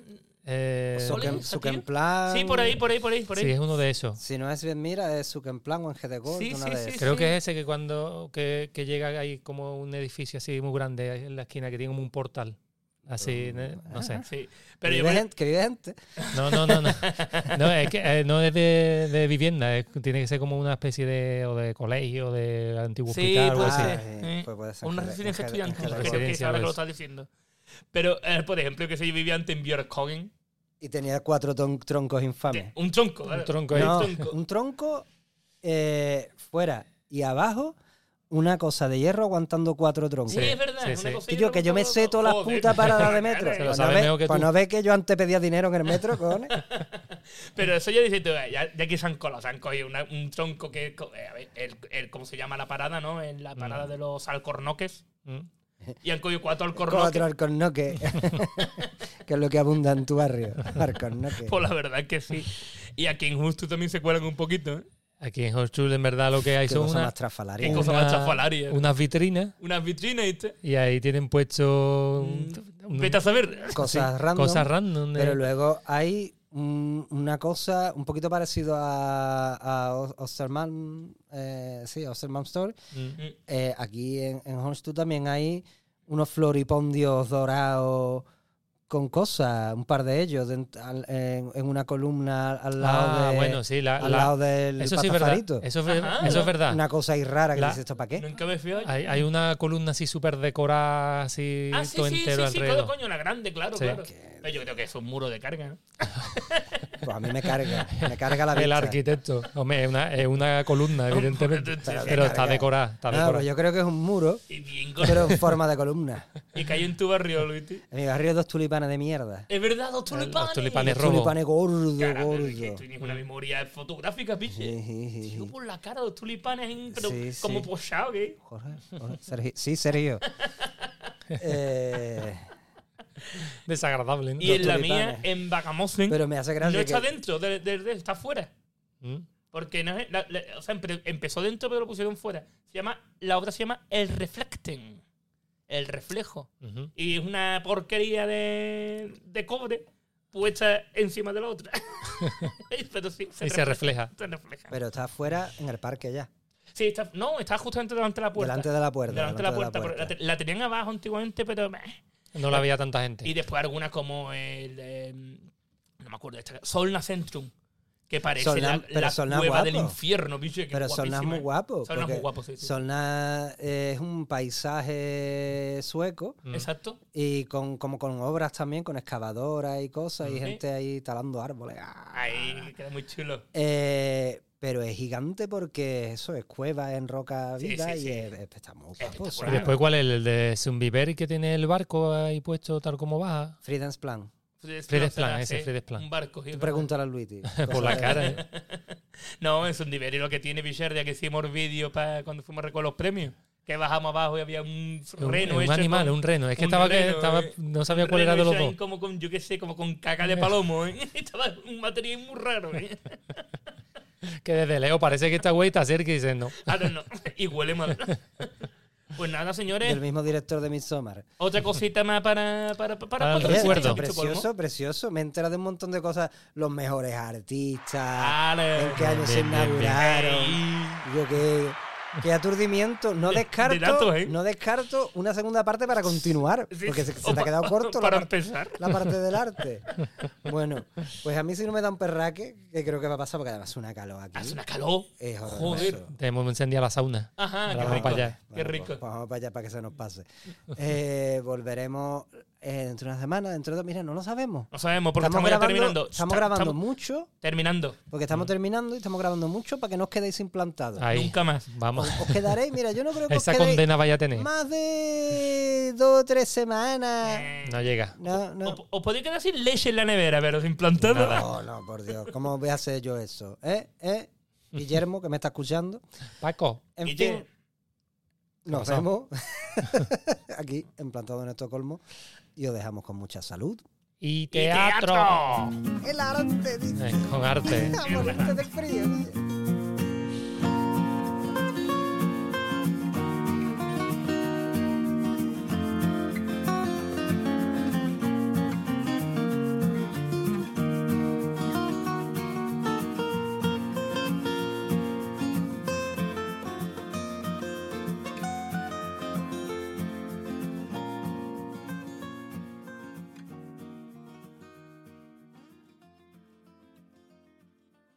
Speaker 3: Eh,
Speaker 1: Su
Speaker 2: ¿cuál es
Speaker 1: Ken-
Speaker 2: esa,
Speaker 1: su Ken
Speaker 2: tío?
Speaker 1: Plan-
Speaker 2: sí, por ahí, por ahí, por ahí. Por ahí.
Speaker 3: Sí, es uno de esos.
Speaker 1: Si no es bien, mira, es su Plan o en GT Gold,
Speaker 2: Sí,
Speaker 1: una
Speaker 2: sí,
Speaker 1: de
Speaker 2: sí,
Speaker 1: esas.
Speaker 3: Creo que es ese que cuando que, que llega ahí como un edificio así muy grande ahí en la esquina que tiene como un portal. Así, ne- no sé.
Speaker 2: Sí.
Speaker 1: Que
Speaker 2: Pero yo
Speaker 1: vive
Speaker 2: creo-
Speaker 1: gente- que vive gente.
Speaker 3: No, no, no, no. No es, que, eh, no es de, de vivienda, es- tiene que ser como una especie de, o de colegio, de antiguo
Speaker 2: Sí,
Speaker 3: hospital. o
Speaker 2: puede
Speaker 3: algo así.
Speaker 2: ser.
Speaker 1: sí,
Speaker 2: ¿eh?
Speaker 1: pues puede ser
Speaker 2: una
Speaker 1: GD
Speaker 2: residencia
Speaker 1: en GD
Speaker 2: estudiantil,
Speaker 1: en GD.
Speaker 2: creo que es
Speaker 3: Residencia,
Speaker 2: ahora que lo
Speaker 3: pues.
Speaker 2: estás diciendo. Pero, eh, por ejemplo, que sé yo vivía antes en Björkhagen,
Speaker 1: Y tenía cuatro ton- troncos infames.
Speaker 2: eh, un tronco, ¿vale?
Speaker 3: tronco ahí.
Speaker 1: No,
Speaker 2: un tronco.
Speaker 1: un tronco eh, fuera y abajo, una cosa de hierro aguantando cuatro troncos.
Speaker 2: Sí, es verdad.
Speaker 3: Sí,
Speaker 2: es una
Speaker 3: sí.
Speaker 2: cosa
Speaker 1: Y yo que yo me sé todas las
Speaker 2: Joder.
Speaker 1: putas paradas
Speaker 3: (laughs)
Speaker 1: de
Speaker 2: (laughs)
Speaker 1: metro.
Speaker 2: Se
Speaker 3: lo
Speaker 1: Pues
Speaker 3: sabe
Speaker 1: no ve-
Speaker 3: mejor que
Speaker 1: pues
Speaker 3: tú.
Speaker 1: no ves que yo antes pedía dinero en el metro,
Speaker 3: (laughs)
Speaker 1: cojones.
Speaker 2: Pero eso ya dices tú, eh, ya, ya que se han colado, se han cogido una- un tronco que. co- eh, a ver, el, el- ¿cómo se llama la parada, no? En la parada de los alcornoques.
Speaker 3: Mm.
Speaker 2: Y han cogido cuatro alcornoques.
Speaker 1: Cuatro alcornoques. (laughs) que es lo que abunda en tu barrio. Alcornoques.
Speaker 2: Pues la verdad que sí. Y aquí en Justo también se cuelan un poquito, ¿eh?
Speaker 3: Aquí en Horschul en verdad lo que hay
Speaker 1: Qué
Speaker 3: son
Speaker 1: cosa
Speaker 3: una-
Speaker 1: más trafalaria.
Speaker 2: Qué cosa más chafalaria.
Speaker 3: unas vitrinas
Speaker 2: Unas vitrinas, ¿viste?
Speaker 3: y ahí tienen puesto
Speaker 2: Mm,
Speaker 3: un-
Speaker 2: Vete a saber.
Speaker 1: Cosas
Speaker 3: sí,
Speaker 1: random.
Speaker 3: cosas random de-
Speaker 1: Pero luego hay un- una cosa un poquito parecido a, a O- Osterman, eh, sí, Osterman Store.
Speaker 3: Mm.
Speaker 1: Eh, aquí en, en Hornstuhl también hay unos floripondios dorados con cosas, un par de ellos dent- al- en, en una columna al lado
Speaker 3: Ah,
Speaker 1: de-
Speaker 3: bueno, sí, la-
Speaker 1: al
Speaker 3: la-
Speaker 1: lado del
Speaker 3: eso sí es verdad.
Speaker 1: patafarito.
Speaker 3: Eso es, ver-
Speaker 2: Ajá.
Speaker 3: eso es verdad.
Speaker 1: Una cosa ahí rara que
Speaker 3: La-
Speaker 1: dices, ¿esto para
Speaker 3: (laughs)
Speaker 1: qué?
Speaker 2: Nunca me fui a
Speaker 3: Hay, hay una columna así súper decorada, así
Speaker 2: Ah, sí,
Speaker 3: todo
Speaker 2: sí,
Speaker 3: entero
Speaker 2: sí, sí,
Speaker 3: alrededor.
Speaker 2: claro, coño, la grande, claro,
Speaker 3: Sí.
Speaker 2: claro. Pero yo creo que es un muro de carga, ¿no?
Speaker 1: Pues a mí me carga, me carga la
Speaker 3: El
Speaker 1: vista.
Speaker 3: arquitecto. Hombre, es una, es
Speaker 2: (laughs)
Speaker 3: una columna, evidentemente.
Speaker 2: Sí, sí, sí.
Speaker 3: pero está decorada. Está
Speaker 1: No,
Speaker 3: decorada.
Speaker 1: pues yo creo que es un muro,
Speaker 2: Y bien gordo.
Speaker 1: pero en forma de columna.
Speaker 2: Y cayó en tu barrio, Luis. tío.
Speaker 1: En mi barrio hay dos tulipanes de mierda.
Speaker 2: Es verdad, dos
Speaker 3: Los
Speaker 2: tulipanes.
Speaker 3: tulipanes
Speaker 1: Dos
Speaker 3: rojos.
Speaker 1: Tulipanes gordo,
Speaker 2: Cara,
Speaker 1: gordo.
Speaker 2: pero es que tú tienes una memoria fotográfica, piche.
Speaker 1: Sí, sí, sí, sí.
Speaker 2: Yo por la cara, dos tulipanes en- pero
Speaker 1: Sí, sí.
Speaker 2: como pochado, ¿eh?
Speaker 1: Jorge, Jorge, Sergio. Sí,
Speaker 3: (laughs)
Speaker 1: Sergio. Eh,
Speaker 3: Desagradable, ¿no?
Speaker 2: Y en la
Speaker 1: tulipanes.
Speaker 2: mía, en Bagamosen,
Speaker 1: (laughs) pero me hace
Speaker 2: no
Speaker 1: gracia.
Speaker 2: está
Speaker 1: que-
Speaker 2: dentro, de, de- de- está fuera.
Speaker 3: Mm.
Speaker 2: Porque no es- la- la- o sea, empe- empezó dentro, pero lo pusieron fuera. Se llama, la obra se llama El Reflecten. El reflejo.
Speaker 3: Ujú.
Speaker 2: y es una porquería de, de cobre puesta encima de la
Speaker 3: (laughs)
Speaker 2: otra. (laughs) Pero sí,
Speaker 3: Y se refleja.
Speaker 2: se refleja.
Speaker 1: Pero está afuera en el parque ya.
Speaker 2: Sí, está, no, está justamente delante de la puerta.
Speaker 1: Delante de la puerta.
Speaker 2: Delante de la puerta, pero la, te- la tenían abajo antiguamente, pero. meh.
Speaker 3: No la había tanta gente.
Speaker 2: em, Y después algunas como el. eh, no me acuerdo, esta, Solna Centrum, que parece
Speaker 1: Solna-
Speaker 2: la,
Speaker 1: pero
Speaker 2: la
Speaker 1: Solna
Speaker 2: cueva
Speaker 1: guapo.
Speaker 2: del infierno, bicho.
Speaker 1: Pero Solna es muy guapo.
Speaker 2: Solna es muy
Speaker 1: porque
Speaker 2: guapo, sí. sí.
Speaker 1: Solna eh, es un paisaje sueco
Speaker 3: Mm.
Speaker 2: Exacto.
Speaker 1: y con, como con obras también, con excavadoras y cosas, y
Speaker 2: Ujú.
Speaker 1: gente ahí talando árboles. ¡Ah!
Speaker 2: Ahí queda muy chulo.
Speaker 1: Eh, pero es gigante porque eso es cueva en roca
Speaker 2: Sí,
Speaker 1: viva
Speaker 2: sí, sí.
Speaker 1: y es- es- está muy guapo.
Speaker 2: Espectacular.
Speaker 3: ¿Y después cuál es? ¿El de Zumbiber que tiene el barco ahí puesto tal como baja?
Speaker 1: Freedom's Plan.
Speaker 3: Fredesplan,
Speaker 2: Spinoza
Speaker 3: ese
Speaker 2: hace
Speaker 3: Fredesplan.
Speaker 2: Un barco. sí,
Speaker 1: Tú
Speaker 2: es
Speaker 1: pregúntale a
Speaker 2: (laughs)
Speaker 1: Luigi.
Speaker 3: Por
Speaker 1: (laughs)
Speaker 3: la cara. ¿eh?
Speaker 2: No, es un divertido lo que tiene Bichard, ya que hicimos el vídeo para cuando fuimos a recoger los premios. Que bajamos abajo y había un
Speaker 3: Un,
Speaker 2: reno
Speaker 3: un
Speaker 2: hecho
Speaker 3: animal,
Speaker 2: con-
Speaker 3: un reno. Es que
Speaker 2: un
Speaker 3: estaba, que-
Speaker 2: reno,
Speaker 3: estaba-
Speaker 2: eh.
Speaker 3: no sabía
Speaker 2: un
Speaker 3: cuál era de
Speaker 2: reno
Speaker 3: los
Speaker 2: hecho
Speaker 3: dos.
Speaker 2: ahí Como con, yo qué sé, como con caca de palomo, ¿eh? (laughs) Estaba un material muy raro, ¿eh?
Speaker 3: Que desde lejos parece que esta güey está cerca y dice no.
Speaker 2: I don't know. Ah, Y huele
Speaker 3: (laughs)
Speaker 2: mal. Pues nada, señores.
Speaker 1: Del mismo director de Midsommar.
Speaker 2: Otra cosita más para... Para, para,
Speaker 3: Para el
Speaker 2: para-
Speaker 1: Oye,
Speaker 3: recuerdo.
Speaker 1: está Precioso, precioso. Me he enterado de un montón de cosas. Los mejores artistas.
Speaker 2: Vale.
Speaker 1: en qué año se
Speaker 3: Bien, bien, bien.
Speaker 1: inauguraron. Yo qué, qué aturdimiento. No descarto,
Speaker 2: datos, ¿eh?
Speaker 1: no descarto una segunda parte para continuar.
Speaker 2: Sí,
Speaker 1: Porque se,
Speaker 2: sí.
Speaker 1: se te ha
Speaker 2: (laughs)
Speaker 1: quedado corto la,
Speaker 2: Para
Speaker 1: par-
Speaker 2: empezar.
Speaker 1: la parte del arte. Bueno, pues a mí si no me da un perraque, que creo que va a pasar, porque además una calor aquí.
Speaker 2: Hace una calor.
Speaker 1: Es horroroso.
Speaker 2: Joder.
Speaker 3: Tenemos encendida la sauna.
Speaker 2: Ajá,
Speaker 3: Ahora
Speaker 2: qué
Speaker 3: vamos
Speaker 2: rico.
Speaker 3: para allá.
Speaker 2: Qué
Speaker 1: Bueno,
Speaker 2: rico.
Speaker 1: pues vamos para allá para que se nos pase. Eh, volveremos eh, dentro de una semana, dentro de dos. Mira, no lo sabemos.
Speaker 2: No sabemos porque estamos, ya
Speaker 1: grabando,
Speaker 2: terminando.
Speaker 1: Estamos
Speaker 2: Está-
Speaker 1: grabando
Speaker 2: estamos Mm.
Speaker 1: mucho,
Speaker 2: terminando.
Speaker 1: porque estamos terminando y estamos grabando mucho para que no os quedéis implantados.
Speaker 3: Ahí.
Speaker 2: Nunca más.
Speaker 3: Vamos.
Speaker 1: Os quedaréis, mira, yo no creo que os
Speaker 3: Esa
Speaker 1: quedéis
Speaker 3: condena vaya a tener.
Speaker 1: más de dos o tres semanas.
Speaker 2: Eh,
Speaker 3: No llega.
Speaker 1: No, no.
Speaker 2: Os, os podéis quedar sin leche en la nevera, pero sin plantada.
Speaker 1: No, no, por Dios. ¿Cómo voy a hacer yo eso? ¿Eh?
Speaker 2: (laughs)
Speaker 1: ¿Eh? Guillermo, que me está escuchando.
Speaker 3: Paco,
Speaker 1: En
Speaker 2: Y
Speaker 1: fin,
Speaker 2: te-
Speaker 1: nos
Speaker 3: pasado?
Speaker 1: vemos (laughs) aquí, en Plantado en Estocolmo, y os dejamos con mucha salud.
Speaker 3: y
Speaker 2: y
Speaker 3: teatro.
Speaker 2: teatro.
Speaker 1: El arte, dice, (laughs)
Speaker 3: Eh, Con arte.
Speaker 1: a morirte del frío. dice.